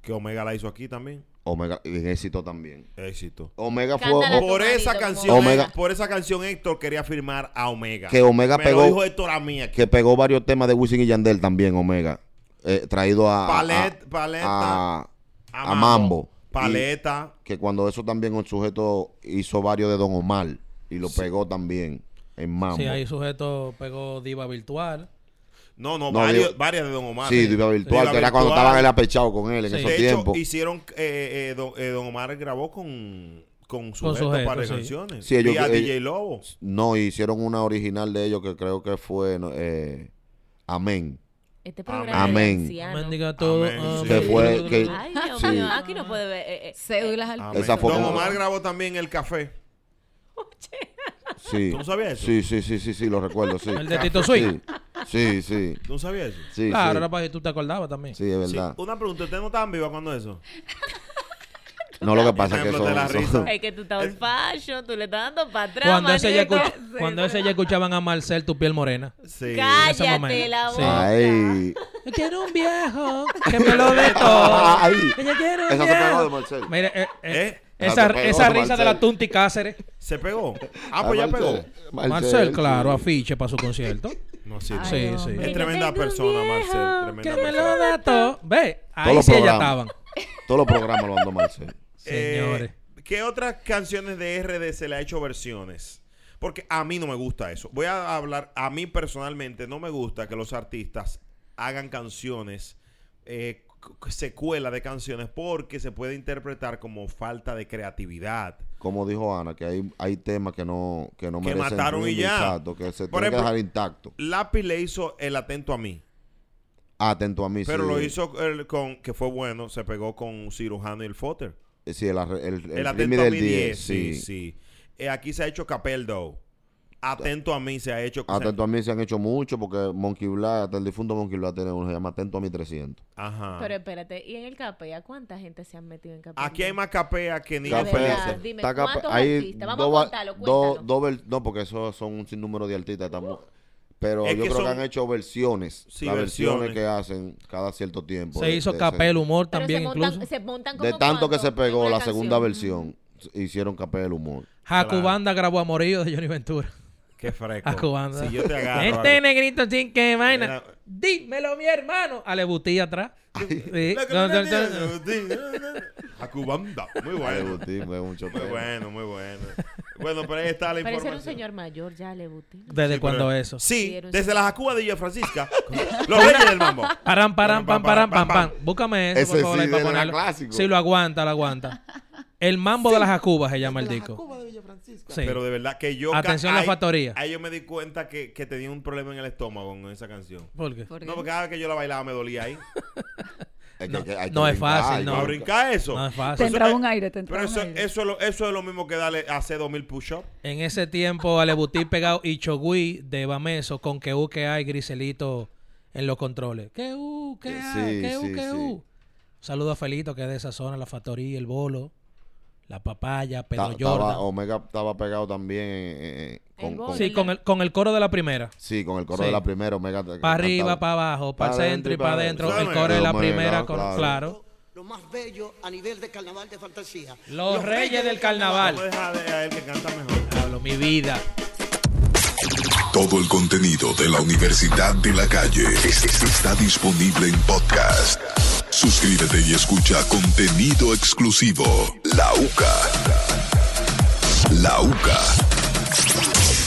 Que Omega la hizo aquí también. Omega, y éxito también. Éxito. Omega fue. Cántala. o- Por marido, esa como- canción, Omega. por esa canción Héctor quería firmar a Omega. Que Omega Me pegó- Lo dijo Héctor a mí aquí. que pegó varios temas de Wisin y Yandel también, Omega. Eh, traído a. a- Palet- a- paleta, a- a Mambo. Paleta. Y que cuando eso también el sujeto hizo varios de Don Omar. Y lo pegó también en Mambo. Sí, ahí sujeto pegó diva virtual. No, no, No, varios- digo- varias de Don Omar. Sí, Eh. Diva Virtual, Diva que era cuando Virtual. estaban el apechado con él en Sí. esos De tiempos. hecho, hicieron. eh, eh, don, eh, Don Omar grabó con, con su Con gente Sujeto, para de sí. canciones. Sí, ellos- eh, y a ellos- DJ Lobo. No, hicieron una original de ellos que creo que fue no, eh, Amén. Este programa Amén. es de ancianos. Mendiga todo. Amén, Ah, sí. Que fue- que- Ay, Dios Sí. mío, aquí no puede ver. eh, eh, Cédulas al Amén. Esa fue Don como- Omar grabó también El Café. Sí. ¿Tú no sabías eso? Sí, sí, sí, sí, sí, lo recuerdo, sí. El de Tito Sí, Swift. sí, sí. ¿Tú no sabías eso? sí, claro, sí. era para que tú te acordabas también. Sí, es Sí, verdad. Una pregunta, ¿usted no estaban viva cuando eso? No, lo que pasa es que Ejemplo son, de la son- risa. Es que tú Eh. estás en fashion, tú le estás dando para atrás. Cuando, ese ya manito. escuch- cuando ese ya escuchaban a Marcel, tu piel morena. Sí. ese Cállate momento. la Sí. boca. Ay. Quiero un viejo que me [LAUGHS] lo Ah, dé todo. Ay. Que yo quiero un Esa se pegó de viejo. Marcel. Mira, eh, eh, ¿Eh? esa, La pegó de esa risa Marcel. de la Tunti Cáceres. ¿Se pegó? Ah, pues ya pegó. Marcel, claro, afiche para su concierto. No, sí. Ay, Sí, hombre. Es sí. tremenda tengo un persona, viejo Marcel. Tremenda Que me persona. lo dé todo. Ve, Todos ahí los sí ellas programas. estaban. Todos los programas lo andó Marcel. Eh, Señores. ¿Qué otras canciones de RD se le ha hecho versiones? Porque a mí no me gusta eso. Voy a hablar, a mí personalmente no me gusta que los artistas hagan canciones, eh, c- secuela de canciones, porque se puede interpretar como falta de creatividad. Como dijo Ana, que hay, hay temas que no, que no Que merecen mataron y ruido, ya. exacto, que se tienen Por que ejemplo- dejar intacto. Lápiz le hizo el atento a mí, Atento a mí, pero sí. lo hizo eh, con, que fue bueno, se pegó con Cirujano y el Fotter. Eh, Sí, el, arre- el, el El, ritmo atento a del mí 10, 10, sí, sí. sí. Eh, aquí se ha hecho Capeldo. Atento a mí se ha hecho. Atento a mí se han hecho mucho porque Monkey Black, hasta el difunto Monkey Black tiene uno que se llama Atento a mí 300. Ajá. Pero espérate, ¿y en el capea cuánta gente se han metido en capea? Aquí hay más capea que ni De Capea, verdad, sí. dime, Está capa- ¿cuántos hay artistas? Vamos a va- contarlo, dos- cuéntalo. Uh. dos ver- no, porque esos son un sinnúmero de artistas. estamos- pero Es yo que creo que son- han hecho versiones. Sí, las versiones. versiones. que hacen cada cierto tiempo. Se de- hizo de- capel humor Pero también se montan, incluso. se montan como De tanto que cuánto se pegó en la una segunda canción. versión, hicieron capel humor. [LAUGHS] Jacobanda Claro. grabó Amorío de Johnny Ventura. Qué fresco. Jacobanda. Si yo te agarro. Este negrito sin que vaina. Era- Dímelo, mi hermano. Alebutí atrás. Sí. Jacobanda. Muy Ay, bueno. Agustín, fue mucho Muy tema. bueno, muy bueno. Bueno, pero ahí está la Pero ese información. era un señor mayor, ya le buté. ¿Desde Sí, cuándo pero- eso? Sí, Sí, era un desde señor. la Jacuba de Villa Francisca. los reyes del mambo. Parán, parán, pam, parán, pam, pam. Búscame eso, Ese por favor, sí, ahí para de la ponerlo. clásico. Sí, lo aguanta, lo aguanta. El mambo de las jacubas se llama el disco. Sí. Pero de verdad que yo. ca- Atención, la ahí- factoría. Ahí yo me di cuenta que, que tenía un problema en el estómago con esa canción. ¿Por qué? ¿Por qué? No, porque cada vez que yo la bailaba me dolía ahí. Ah, Es que- No, que hay que no es brincar, fácil, hay que no. No, brincar. brinca eso. No es Te fácil. Eso- entraba un aire, Pero te entraba eso, un aire. eso, es lo, eso es lo mismo que darle hacer 2000 push-ups. En ese tiempo, Alebutí pegado y Chogui de Bameso con que u que hay Griselito en los controles. Que u, que Eh, hay, sí, que u, sí, que sí. u. Saludo a Felito, que es de esa zona, la factoría, el bolo, la papaya, Pedro Ta- Jordan. estaba- Omega estaba pegado también eh, eh, con, El con- boy. Sí, con el, con el coro de la primera. sí, con el coro Sí. de la primera. Omega te- Para arriba, cantaba. para abajo, para Pa' centro y para adentro. adentro. El coro de la Omega, primera, con- claro. claro. Lo más bello a nivel de carnaval de fantasía. Los reyes del carnaval. Vamos a dejarle a él que canta mejor. Hablo mi vida. Todo el contenido de la Universidad de la Calle es- es- está disponible en podcast. Suscríbete y escucha contenido exclusivo. La UCA. La UCA.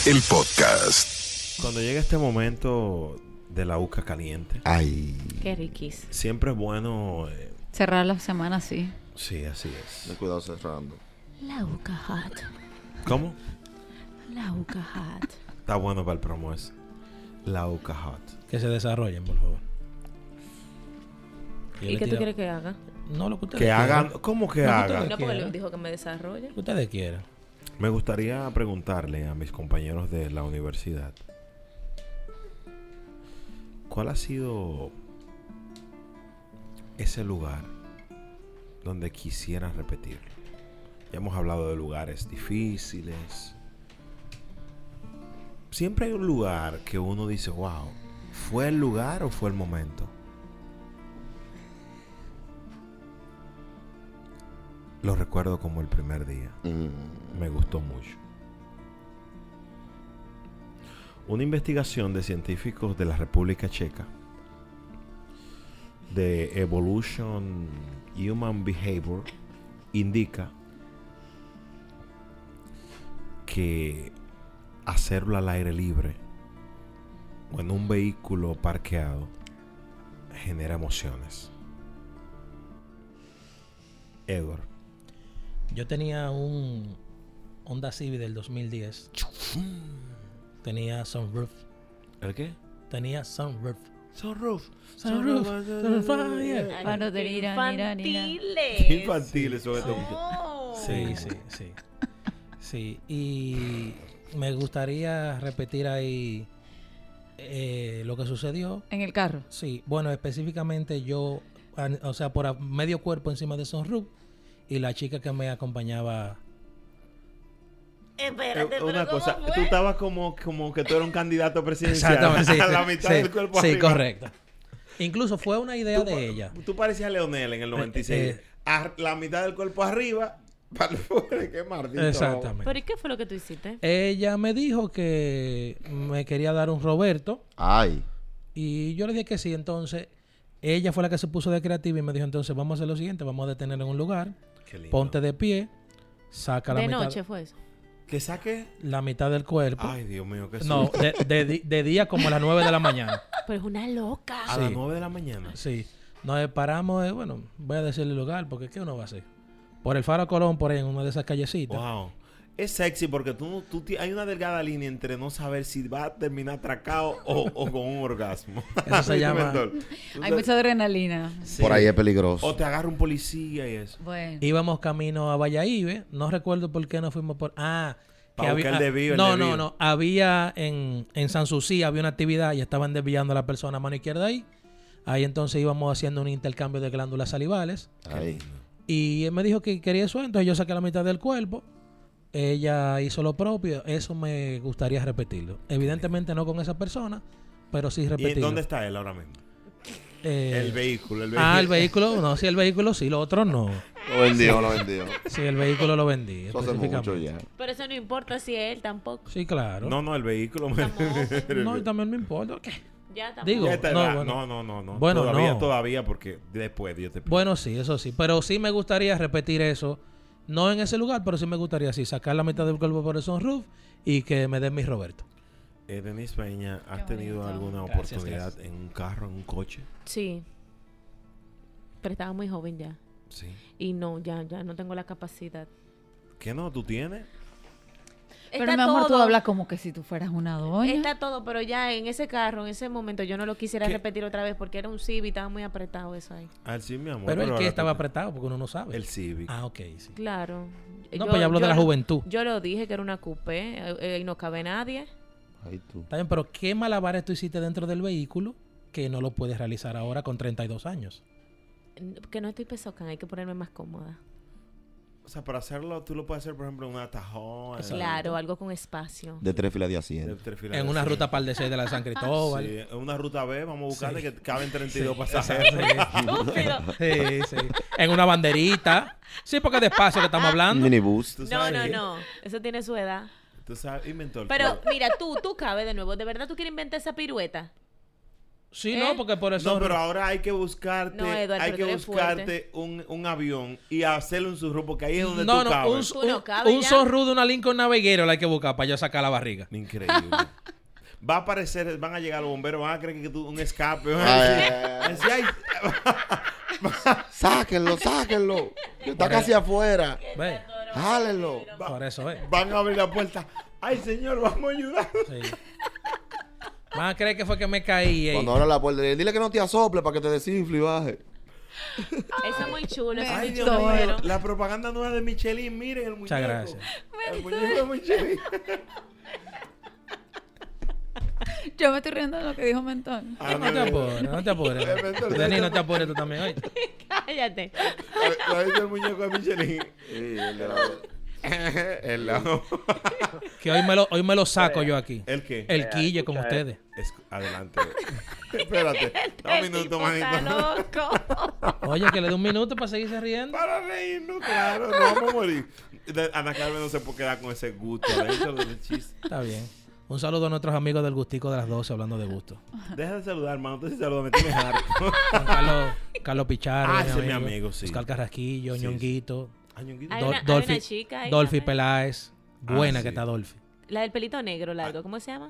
El podcast. Cuando llega este momento de la UCA caliente, Ay, Qué riquis. siempre es bueno. eh, Cerrar la semana así. sí, así es. ten cuidado cerrando. La Uca Hot. ¿Cómo? La Uca Hot. Está bueno para el promo ese. La UCA Hot. Que se desarrollen, por favor. Yo ¿Y le qué tú tiro- quieres que haga? No, lo que ustedes Que quieran. hagan. ¿Cómo que No, tú hagan? no- No, porque quiero. él dijo que me desarrolle. Lo que ustedes quieran. Me gustaría preguntarle a mis compañeros de la universidad. ¿Cuál ha sido ese lugar donde quisieran repetirlo? Ya hemos hablado de lugares difíciles. Siempre hay un lugar que uno dice, wow, ¿fue el lugar o fue el momento? Lo recuerdo como el primer día Mm, me gustó mucho. Una investigación de científicos de la República Checa de Evolution Human Behavior indica que hacerlo al aire libre o en un vehículo parqueado genera emociones. Edward. Yo tenía un Honda Civic del 2010. Tenía sunroof. ¿El qué? Tenía sunroof. Sunroof. Sunroof. Sunroof. fire. Ay, Cuando te qué dirán, dirán, dirán. infantiles. [LAUGHS] infantiles son estos muchachos. No. Sí, sí, sí. Sí, y me gustaría repetir ahí eh, lo que sucedió. En el carro. Sí, bueno, específicamente yo, an- o sea, por a- medio cuerpo encima de sunroof y la chica que me acompañaba. Espérate, pero Eh, una ¿cómo cosa, fue? tú estabas como, como que tú eras un candidato presidencial. sí, [LAUGHS] a la sí, mitad sí, del cuerpo Sí, arriba. correcto. Incluso fue una idea Tú de pa- ella. Tú parecías Leonel en el 96. eh. A la mitad del cuerpo arriba, para el fuera, qué maldito. ¿Pero y Exactamente. qué fue lo que tú hiciste? Ella me dijo que me quería dar un Roberto Ay, y yo le dije que sí. Entonces, ella fue la que se puso de creativa y me dijo, entonces vamos a hacer lo siguiente, vamos a detener en un lugar Ponte de pie, saca la de mitad. noche fue eso. ¿Que saque? La mitad del cuerpo. Ay, Dios mío, qué No, susto. de, de di- de día como a las 9 de la mañana. Pero es una loca. A las 9 de la mañana. Sí. Nos paramos, eh, bueno, voy a decir el lugar porque ¿qué uno va a hacer? Por el Faro Colón, por ahí, en una de esas callecitas. Wow. Es sexy porque tú, tú ti- hay una delgada línea entre no saber si va a terminar atracado o, o con un orgasmo. [LAUGHS] Eso [LAUGHS] se Dime, llama- Dol. Tú Hay te- mucha adrenalina. Sí. Por ahí es peligroso. O te agarra un policía y eso. Bueno. Íbamos camino a Valladolid, no recuerdo por qué nos fuimos por... Ah, Pa' buscar el desvío, el no, desvío. no, no. Había en, en Sanssouci, había una actividad y estaban desviando a la persona a mano izquierda ahí. Ahí entonces íbamos haciendo un intercambio de glándulas salivales. Ahí. Y él me dijo que quería eso, entonces yo saqué la mitad del cuerpo. Ella hizo lo propio, eso me gustaría repetirlo. Evidentemente no con esa persona, pero sí ¿Y repetirlo. dónde está él ahora mismo? Eh, El vehículo, el vehículo. [LAUGHS] Ah, el vehículo, no, sí, el vehículo sí, lo otro no. Lo vendió, lo vendió. Sí, el vehículo lo vendí. Eso hace mucho específicamente. ya. Pero eso no importa si él tampoco. Sí, claro. No, no, el vehículo. me- No, y también me importa. ¿qué? Ya tampoco. Digo, Ya está, no, ah, bueno. no, no, no, no. Bueno, todavía, no. todavía, porque después yo te explico. Bueno, sí, eso sí. Pero sí me gustaría repetir eso. No en ese lugar, pero sí me gustaría sí, sacar la mitad del cuerpo por el sunroof y que me den mi Roberto. Eh, Denise Peña, ¿has Qué tenido bonito. alguna Gracias, oportunidad gracias. en un carro, en un coche? Sí. Pero estaba muy joven ya. Sí. Y no, ya, ya no tengo la capacidad. ¿Qué no? ¿Tú tienes? Pero Está mi amor, tú todo- hablas como que si tú fueras una doña. Está todo, pero ya en ese carro, en ese momento, yo no lo quisiera repetir otra vez porque era un Civic, estaba muy apretado eso ahí. Ah, sí, mi amor. pero el ahora que tú estaba tienes. apretado, porque uno no sabe. El Civic. Ah, ok, sí. Claro. No, pues ya habló de la juventud. Yo lo dije que era una coupé eh, eh, y no cabe nadie. Ahí tú. Está bien, pero ¿qué malabares tú hiciste dentro del vehículo que no lo puedes realizar ahora con 32 años? Que no estoy pesocan, hay que ponerme más cómoda. O sea, para hacerlo, tú lo puedes hacer, por ejemplo, en un atajón. en- Claro, algo con espacio. De tres filas de de asiento. tres filas En de una asiento. ruta par de seis de la de San Cristóbal. Sí, en una ruta B, vamos a buscarle que caben 32 [LAUGHS] Sí, pasajeros. [LAUGHS] [LAUGHS] Estúpido. sí, sí. En una banderita. Sí, porque es despacio que estamos hablando. Minibus. Tú No, sabes, no, no. Eso tiene su edad. Tú sabes, inventó el Pero flow. mira, tú, tú cabes de nuevo. ¿De verdad tú quieres inventar esa pirueta? Sí, ¿Eh? no, porque por eso. No, pero ahora hay que buscarte, No, Eduardo, hay pero que tú eres buscarte un, un avión y hacerle un surro, porque ahí es donde no, tú no, un, cabes. Tú no un- cabes un ya. sonrú de una Lincoln Naveguero la hay que buscar para yo sacar la barriga. Increíble. [LAUGHS] Va a aparecer, van a llegar los bomberos, van a creer que tú un escape. van a decir- Ay, van a decir, "Ay, Sáquenlo, sáquenlo. Que Está casi afuera. Ve, Jálenlo. por eso es. Van a abrir la puerta. Ay, señor, vamos a ayudar. Sí. Van a creer que fue que me caí. ey. Cuando abra la puerta, dile que no te asople para que te desinfle y baje. Eso es muy chulo, eso es Ay, muy Dios chulo. [LAUGHS] mío. pero- La propaganda nueva de Michelin, miren el muñeco. Muchas gracias. El muñeco de Michelin. [LAUGHS] Yo me estoy riendo de lo que dijo Mentón. Ah, No te apures, no [LAUGHS] te apures. Denis, no te apures tú también. oye. Cállate. ¿Lo has visto el muñeco de Michelin? [LAUGHS] el lado. Que hoy me lo, hoy me lo saco yo aquí. ¿El qué? El quille con escucha, eh. ustedes. Es- adelante. Espérate. Dos Este minutos, tipo está manito. [LAUGHS] loco. Oye, que le dé un minuto para seguirse riendo. Para reírnos, claro. No vamos a morir. De- Ana Carmen no se puede quedar con ese gusto. adentro del chiste. Está bien. Un saludo a nuestros amigos del Gustico de las 12, hablando de gusto. Deja de saludar, hermano. Tú sí saludas, me tienes [LAUGHS] harto. Juan Carlos, Carlos Picharo. Ah, ese es mi amigo, sí. Oscar Carrasquillo, Sí, Ñonguito. Añonguito. Hay una- hay Dolphy, una chica ahí Dolphy también. Peláez. Ah, Buena sí. que está Dolphy. La del pelito negro Ah. largo, ¿cómo se llama?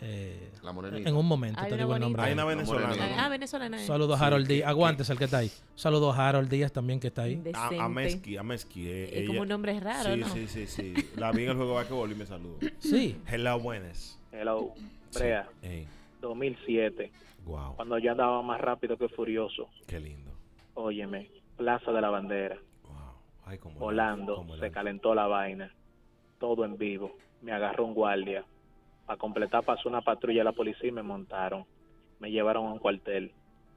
Eh, La en un momento Hay te una digo el nombre. bonita. Hay de una él. venezolana. Ah, venezolana. eh. Saludos a Harold Díaz. Aguántese el que está ahí. Saludos a Harold Díaz también que está ahí. Indecente. A, a Meski, a Meski. eh, Es como Ah, ella- un nombre raro, sí, ¿no? Sí, sí, sí. La vi en el juego de basquetbol y me saludó. Sí. Hello, buenas. Hello. Brea, Ey, 2007, wow, cuando yo andaba más rápido que furioso. qué lindo. Óyeme, Plaza de la Bandera, Wow. Ay, como volando, como se calentó la vaina. Todo en vivo. Me agarró un guardia. A completar pasó una patrulla de la policía y me montaron. Me llevaron a un cuartel.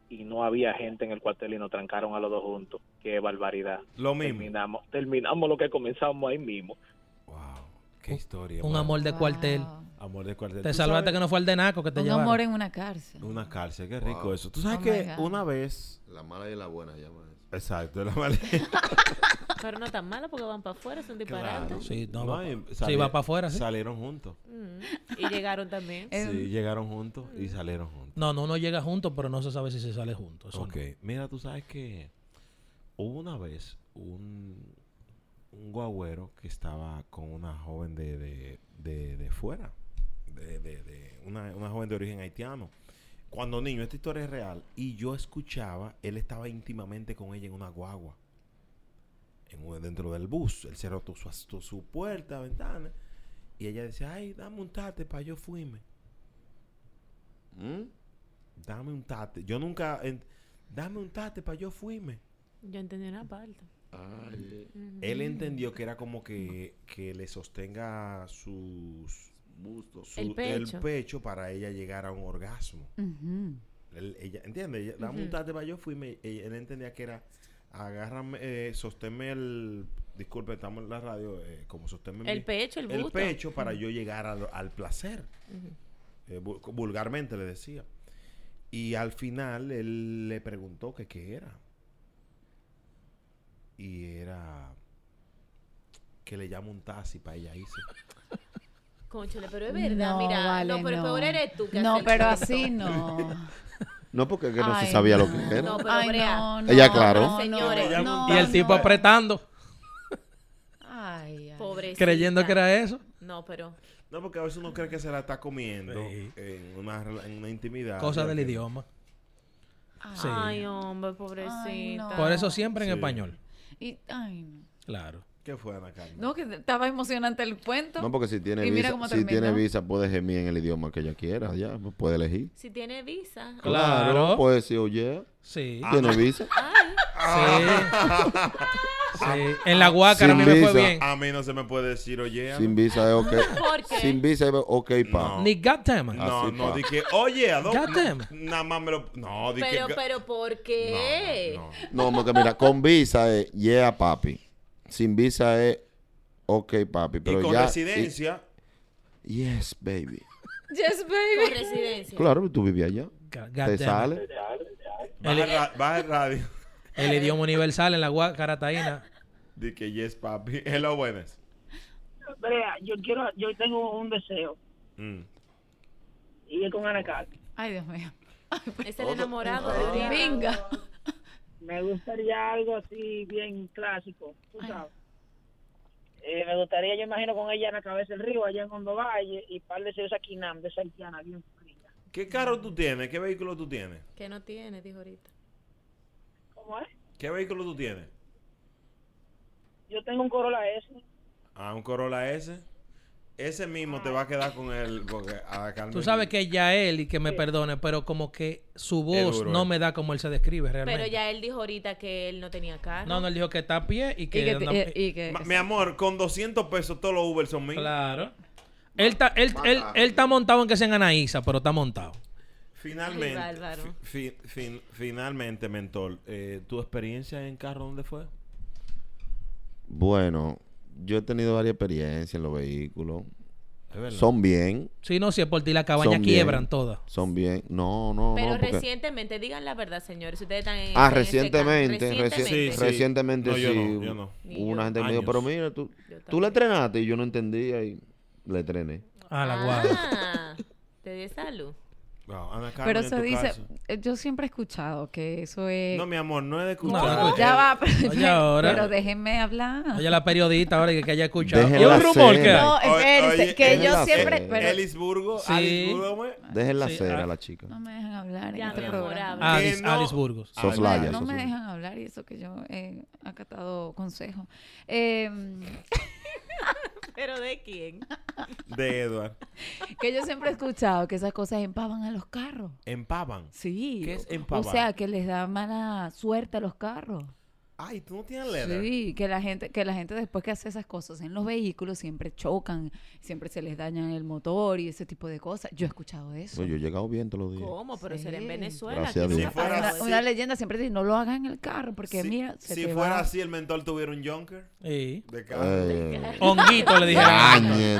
Y no había gente en el cuartel y nos trancaron a los dos juntos. Qué barbaridad. Lo mismo. Terminamos, terminamos lo que comenzamos ahí mismo. Wow, qué historia. Un wow. amor de Wow. cuartel. Amor de cuartel. Te Tú salvaste sabes- que no fue el de Naco que te Un llevaron. amor en una cárcel. Una cárcel, qué rico Wow. eso. Tú sabes Oh my que God. una vez. La mala y la buena, llama eso. Exacto, la mala- Pero no tan malo porque van para afuera, son disparados. Claro. Sí, no, No, va y pa- sí, sali- va para afuera, sí. Salieron juntos. Mm. Y llegaron también. Eh, Sí, llegaron juntos y salieron juntos. No, no, uno llega junto, pero no se sabe si se sale junto. Eso no. Ok, mira, tú sabes que hubo una vez un, un guagüero que estaba con una joven de, de, de- de fuera, de, de- de- una, una joven de origen haitiano. Cuando niño, esta historia es real. Y yo escuchaba, él estaba íntimamente con ella en una guagua. En, un- dentro del bus. Él cerró tu- su, tu- su puerta, ventana. Y ella decía, ay, dame un tate para yo fuime. Dame un tate. Yo nunca... en- dame un tate para yo fuime. Yo entendí una parte. Mm. Él entendió que era como que, que le sostenga sus bustos, El pecho. para ella llegar a un orgasmo. Él- ella, ¿entiendes? Ella- Dame un Ujú. tate para yo fui. me- ella- él entendía que era agárrame, eh, sosténme el. Disculpe, estamos en la radio. eh, como sosténme El mi- pecho, el El busto. pecho para yo llegar al, al placer. Eh, vu- vulgarmente le decía. Y al final él le preguntó que qué era. Y era que le llama un taxi para ella irse. Conchole, pero es verdad, mira. vale, no, pero peor eres tú que No, haces pero esto. así no. [LAUGHS] No, porque es que no Ay, se sabía lo no. que era. No, pero Ay, brea. no, Ella, no, claro. no, Señores, no, no, y el tipo no. apretando, Ay, ay. Pobrecita. creyendo que era eso. No, pero. No, porque a veces uno cree que se la está comiendo Sí. en, una, rela- en una intimidad. Cosa Ya del que- idioma. Sí. Ay, hombre, pobrecita. Ay, no. Por eso siempre en Sí. español. Y- ay, no. Claro. ¿Qué fue, Ana Carmen? No, que estaba emocionante el cuento. No, porque si tiene Y mira visa, cómo si tiene terminó. visa puede gemir en el idioma que ella quiera, ya, pues, puede elegir. Si tiene visa. Claro. Puede decir, oye, Sí. Ah. tiene visa. [LAUGHS] Sí. Sí. En la guácara a mí Sin me fue visa. bien. A mí no se me puede decir, oye. Sin visa es ¿Por ok. qué? Sin visa es ok, pa. No. Ni goddamn. no, Así no, pa. dije, oye, ¿a Ya dónde? teme. Nada más me lo. No, dije. Pero, pero, ¿por qué? No, no, no. No, porque mira, con visa es yeah, papi. Sin visa es ok, papi. Pero y con ya, residencia. y- yes, baby. Yes, Con baby. residencia. Claro, tú vivías allá. Ga- Te goddamn. sale. Baja, [LAUGHS] ra- baja radio. El idioma universal en la guácara taína. Dije, yes, papi. [LAUGHS] Hello, buenas. Brea, yo quiero, yo tengo un deseo Mm. y es con Ana Carmen. Ay, Dios mío. Es el enamorado de Brea. Venga. Me gustaría algo así bien clásico, tú Ay. sabes. Eh, me gustaría, yo imagino, con ella en la cabeza del río, allá en Hondo Valle, y par de cerveza Quinam, de esa haitiana bien fría. ¿Qué carro tú tienes? ¿Qué vehículo tú tienes? Que no tiene, dijo ahorita. ¿Cómo es? ¿Qué vehículo tú tienes? Yo tengo un Corolla S. Ah, un Corolla S. Ese mismo te va a quedar con él. Porque a Carmen. Tú sabes que ya él, y que me perdone, pero como que su voz duro, no eh. me da como él se describe realmente. Pero ya él dijo ahorita que él no tenía carro. No, no, él dijo que está a pie y que... Y que, anda- te- eh, y, y que Ma- mi amor, con 200 pesos todos los Uber son míos. Claro. Él está, él, él, él eh. está montado en que sea en Anaísa, pero está montado. Ay, Finalmente, bárbaro. fi- fi- fin- finalmente, mentor, eh, ¿tu experiencia en carro dónde fue? Bueno, yo he tenido varias experiencias en los vehículos. Es verdad. Son bien. Si no, si es por ti, la cabaña son bien, quiebran todas. Son bien. No, no, Pero no. porque- recientemente, digan la verdad, señores. si Ustedes están en. Ah, en ese campo. recientemente, reci- Recientemente. Sí, sí. recientemente No, sí. yo no, yo no. Ni Hubo yo. una gente que me dijo, Años. pero mira, tú, Yo tú le también. entrenaste y yo no entendía y le entrené. Ah, la guarda. Ah, te di salud. No, Ana Carmen, Pero en se tu dice, caso. eh, yo siempre he escuchado que eso es... No, mi amor, no es de No, escuchar. no, no. Ya va, Oye, [LAUGHS] ahora. pero déjenme hablar. Oye, la periodista ahora que, que haya escuchado. Déjenla Y un rumor ser. que hay. No, espérense, Oye, que es yo la siempre... fe. pero- Elisburgo, Sí. Alisburgo, me- Déjenla Sí, hacer ah. a la chica. no me dejan hablar en Ya, este mi amor, programa. habla. Alice, Que no- Alice Burgos. Ah, Soslaya. no me soslaya. dejan hablar y eso que yo he acatado consejos. Eh, ¿Pero de quién? de Edward. que yo siempre he escuchado que esas cosas empavan a los carros. Empavan. Sí. ¿Qué es o- empavar? O sea, que les da mala suerte a los carros. Ay, tú no tienes leather. Sí, que la gente que la gente después que hace esas cosas en los vehículos siempre chocan, siempre se les dañan el motor y ese tipo de cosas. Yo he escuchado eso. No, yo he llegado bien todos los días. ¿Cómo? Pero Sí. será en Venezuela. Gracias aquí a no Dios. ha Si fuera una, pasado así- una leyenda siempre dice, no lo hagan en el carro porque si mira, se si te fuera va". así, el mentor tuviera un Junker Sí. de carro. Eh, Honguito le dijeron. Yañe,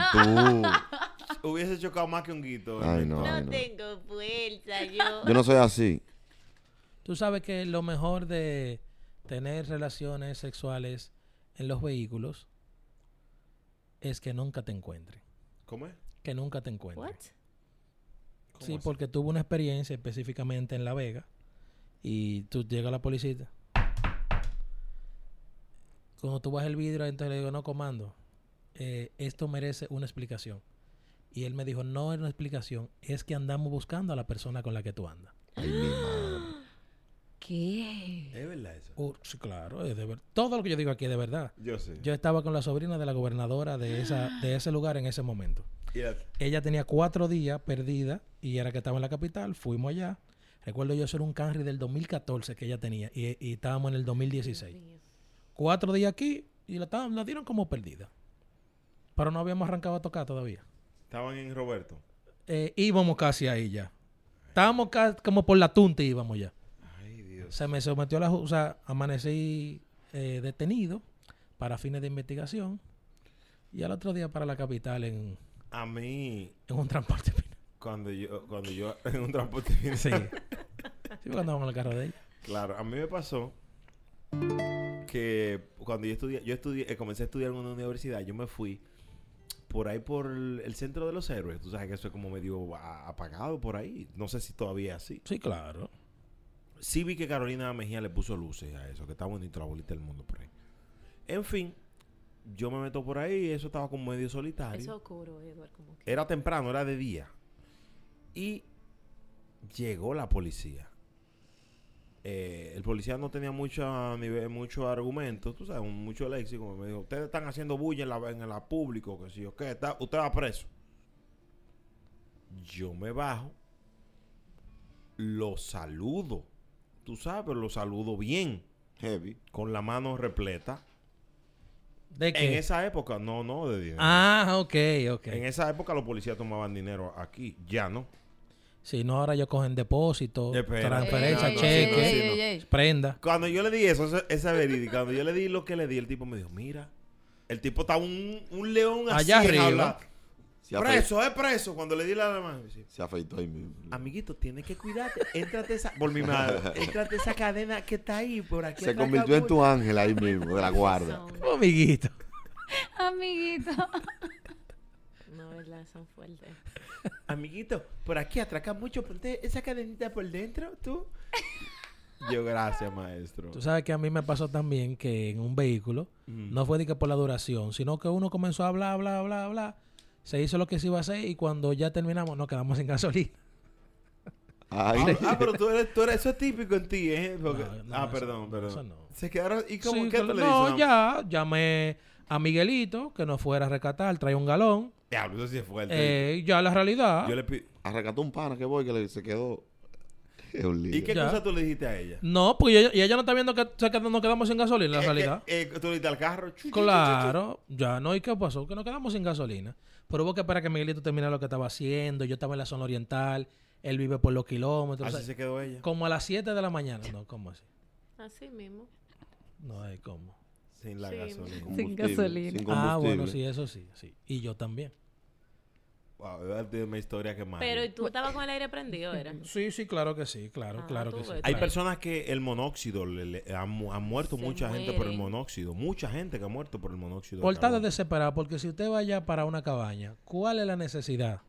tú. Hubiese chocado más que un guito. Ay, no, eso. ay, No no. tengo fuerza yo. Yo no soy así. Tú sabes que lo mejor de tener relaciones sexuales en los vehículos es que nunca te encuentren. ¿Cómo es? Que nunca te encuentren. What? ¿Cómo Sí, así? porque tuve una experiencia específicamente en La Vega y tú llegas a la policía Cuando tú vas el vidrio, entonces le digo, no, comando, eh, esto merece una explicación. Y él me dijo, no es una explicación, es que andamos buscando a la persona con la que tú andas. ¿Qué? ¿Es verdad eso? Uh, sí, claro, es de ver- todo lo que yo digo aquí es de verdad. Yo sé. Yo estaba con la sobrina de la gobernadora de, esa, de ese lugar en ese momento. Y la- Ella tenía cuatro días perdida y era que estaba en la capital. Fuimos allá. Recuerdo yo ser un canry del 2014 que ella tenía y, y estábamos en el 2016. Cuatro días aquí y la, estaban- la dieron como perdida. Pero no habíamos arrancado a tocar todavía. Estaban en Roberto. Eh, íbamos casi ahí ya. Estábamos ca- como por la tunte íbamos ya. Ay, Dios. Se me sometió a la ju- o sea, amanecí eh, detenido para fines de investigación y al otro día para la capital en, A mí, en un transporte. [LAUGHS] cuando yo, cuando yo [LAUGHS] en un transporte bien Sí. [LAUGHS] Sí, porque andábamos en el carro de ella. Claro, a mí me pasó que cuando yo estudié, yo estudié, eh, comencé a estudiar en una universidad, yo me fui por ahí por el, el centro de los héroes. Tú sabes que eso es como medio a- apagado por ahí. No sé si todavía es así. Sí, claro. Sí vi que Carolina Mejía le puso luces a eso, que está bonito la bolita del mundo por ahí. En fin, yo me meto por ahí y eso estaba como medio solitario. Eso oscuro, Edward, como que. Era temprano, era de día. Y llegó la policía. Eh, el policía no tenía mucho, nivel, mucho argumento, tú sabes, un- mucho léxico. Me dijo, ustedes están haciendo bulla en la, en la público, que si yo qué, está- usted va preso. Yo me bajo, lo saludo, tú sabes, pero lo saludo bien, Heavy. con la mano repleta. ¿De En qué? esa época, no, no, de dinero. Ah, ok, ok. En esa época los policías tomaban dinero aquí, ya no. Si no, ahora ellos cogen depósito, Espera. transferencia, Ey, ey, cheque, ey, ey, ey. prenda. Cuando yo le di eso, esa, esa verídica, cuando yo le di lo que le di, el tipo me dijo, mira, el tipo está un, un león así Allá en arriba. jaula. Se, afe- Preso, es preso. Cuando le di la mano, dice, se afeitó ahí mismo. amiguito, tienes que cuidarte. Éntrate esa, por mi madre, éntrate esa cadena que está ahí, por aquí. Se atrás, convirtió en cabrón". tu ángel ahí mismo, de la guarda. Oh, amiguito. Amiguito. [LAUGHS] No, ¿verdad? Son fuertes. Amiguito, por aquí atraca mucho, ponte esa cadenita por dentro, tú. Yo, gracias, maestro. Tú sabes que a mí me pasó también que en un vehículo, no fue de que por la duración, sino que uno comenzó a hablar, hablar, hablar, hablar. Se hizo lo que se iba a hacer y cuando ya terminamos, nos quedamos sin gasolina. Ay, Ah, ah, pero tú eres, tú eres, eso es típico en ti, ¿eh? Porque- No, no, ah, eso- perdón, perdón. eso no. Se quedaron, [LAUGHS] ¿y cómo Sí, qué tú claro. le dices? no, ya llamé a Miguelito que nos fuera a rescatar, trae un galón. Diablo, eso sí es fuerte. Eh, ya la realidad. Yo le pido. arrecató un pana que voy que le- se quedó. Es un lío. ¿Y qué Ya. cosa tú le dijiste a ella? No, porque ella, y ella no está viendo que se qued- nos quedamos sin gasolina, la Eh, realidad. eh, eh, tú le diste al carro. chu, chu, chu, chu, chu. Claro, ya no, ¿y qué pasó? Que nos quedamos sin gasolina. Pero hubo que esperar que Miguelito terminara lo que estaba haciendo. Yo estaba en la zona oriental, él vive por los kilómetros. o Así sea, se quedó ella. Como a las 7 de la mañana. No, ¿cómo así? Así mismo. No, es como. Sin la Sí. gasolina. Sin Combustible, gasolina. Sin combustible. Ah, bueno, sí, eso sí, sí. Y yo también. Wow, esa es una historia que más. Pero tú estabas con el aire prendido, ¿era? Sí, sí, claro que sí, claro, Ah, claro tú que sí. ves, Hay Claro. personas que el monóxido le, le- han, mu- han muerto Se mucha gente por el mueren. monóxido. Mucha gente que ha muerto por el monóxido. de Portada carbono. desesperada, porque si usted vaya para una cabaña, ¿cuál es la necesidad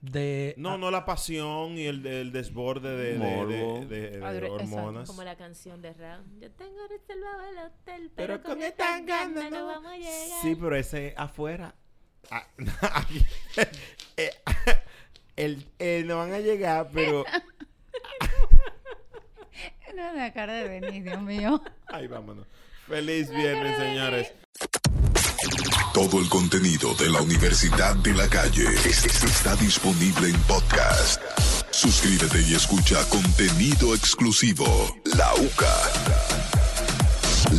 de. No, no la pasión y el, el desborde de, de- Morbo. de- de- de Ah, dura- hormonas. Como la canción de Raúl. Yo tengo reservado el hotel, pero, Pero con esta esta gana gana no vamos a llegar. Sí, pero ese afuera. Ah, [LAUGHS] aquí. Eh, [LAUGHS] el, eh, no van a llegar, [LAUGHS] pero. No la cara de Denis, Dios mío. Ay, vámonos. Feliz viernes, señores. Todo el contenido de la Universidad de la Calle es- es- está disponible en podcast. Suscríbete y escucha contenido exclusivo. La UCA.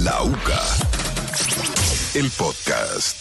La UCA. El podcast.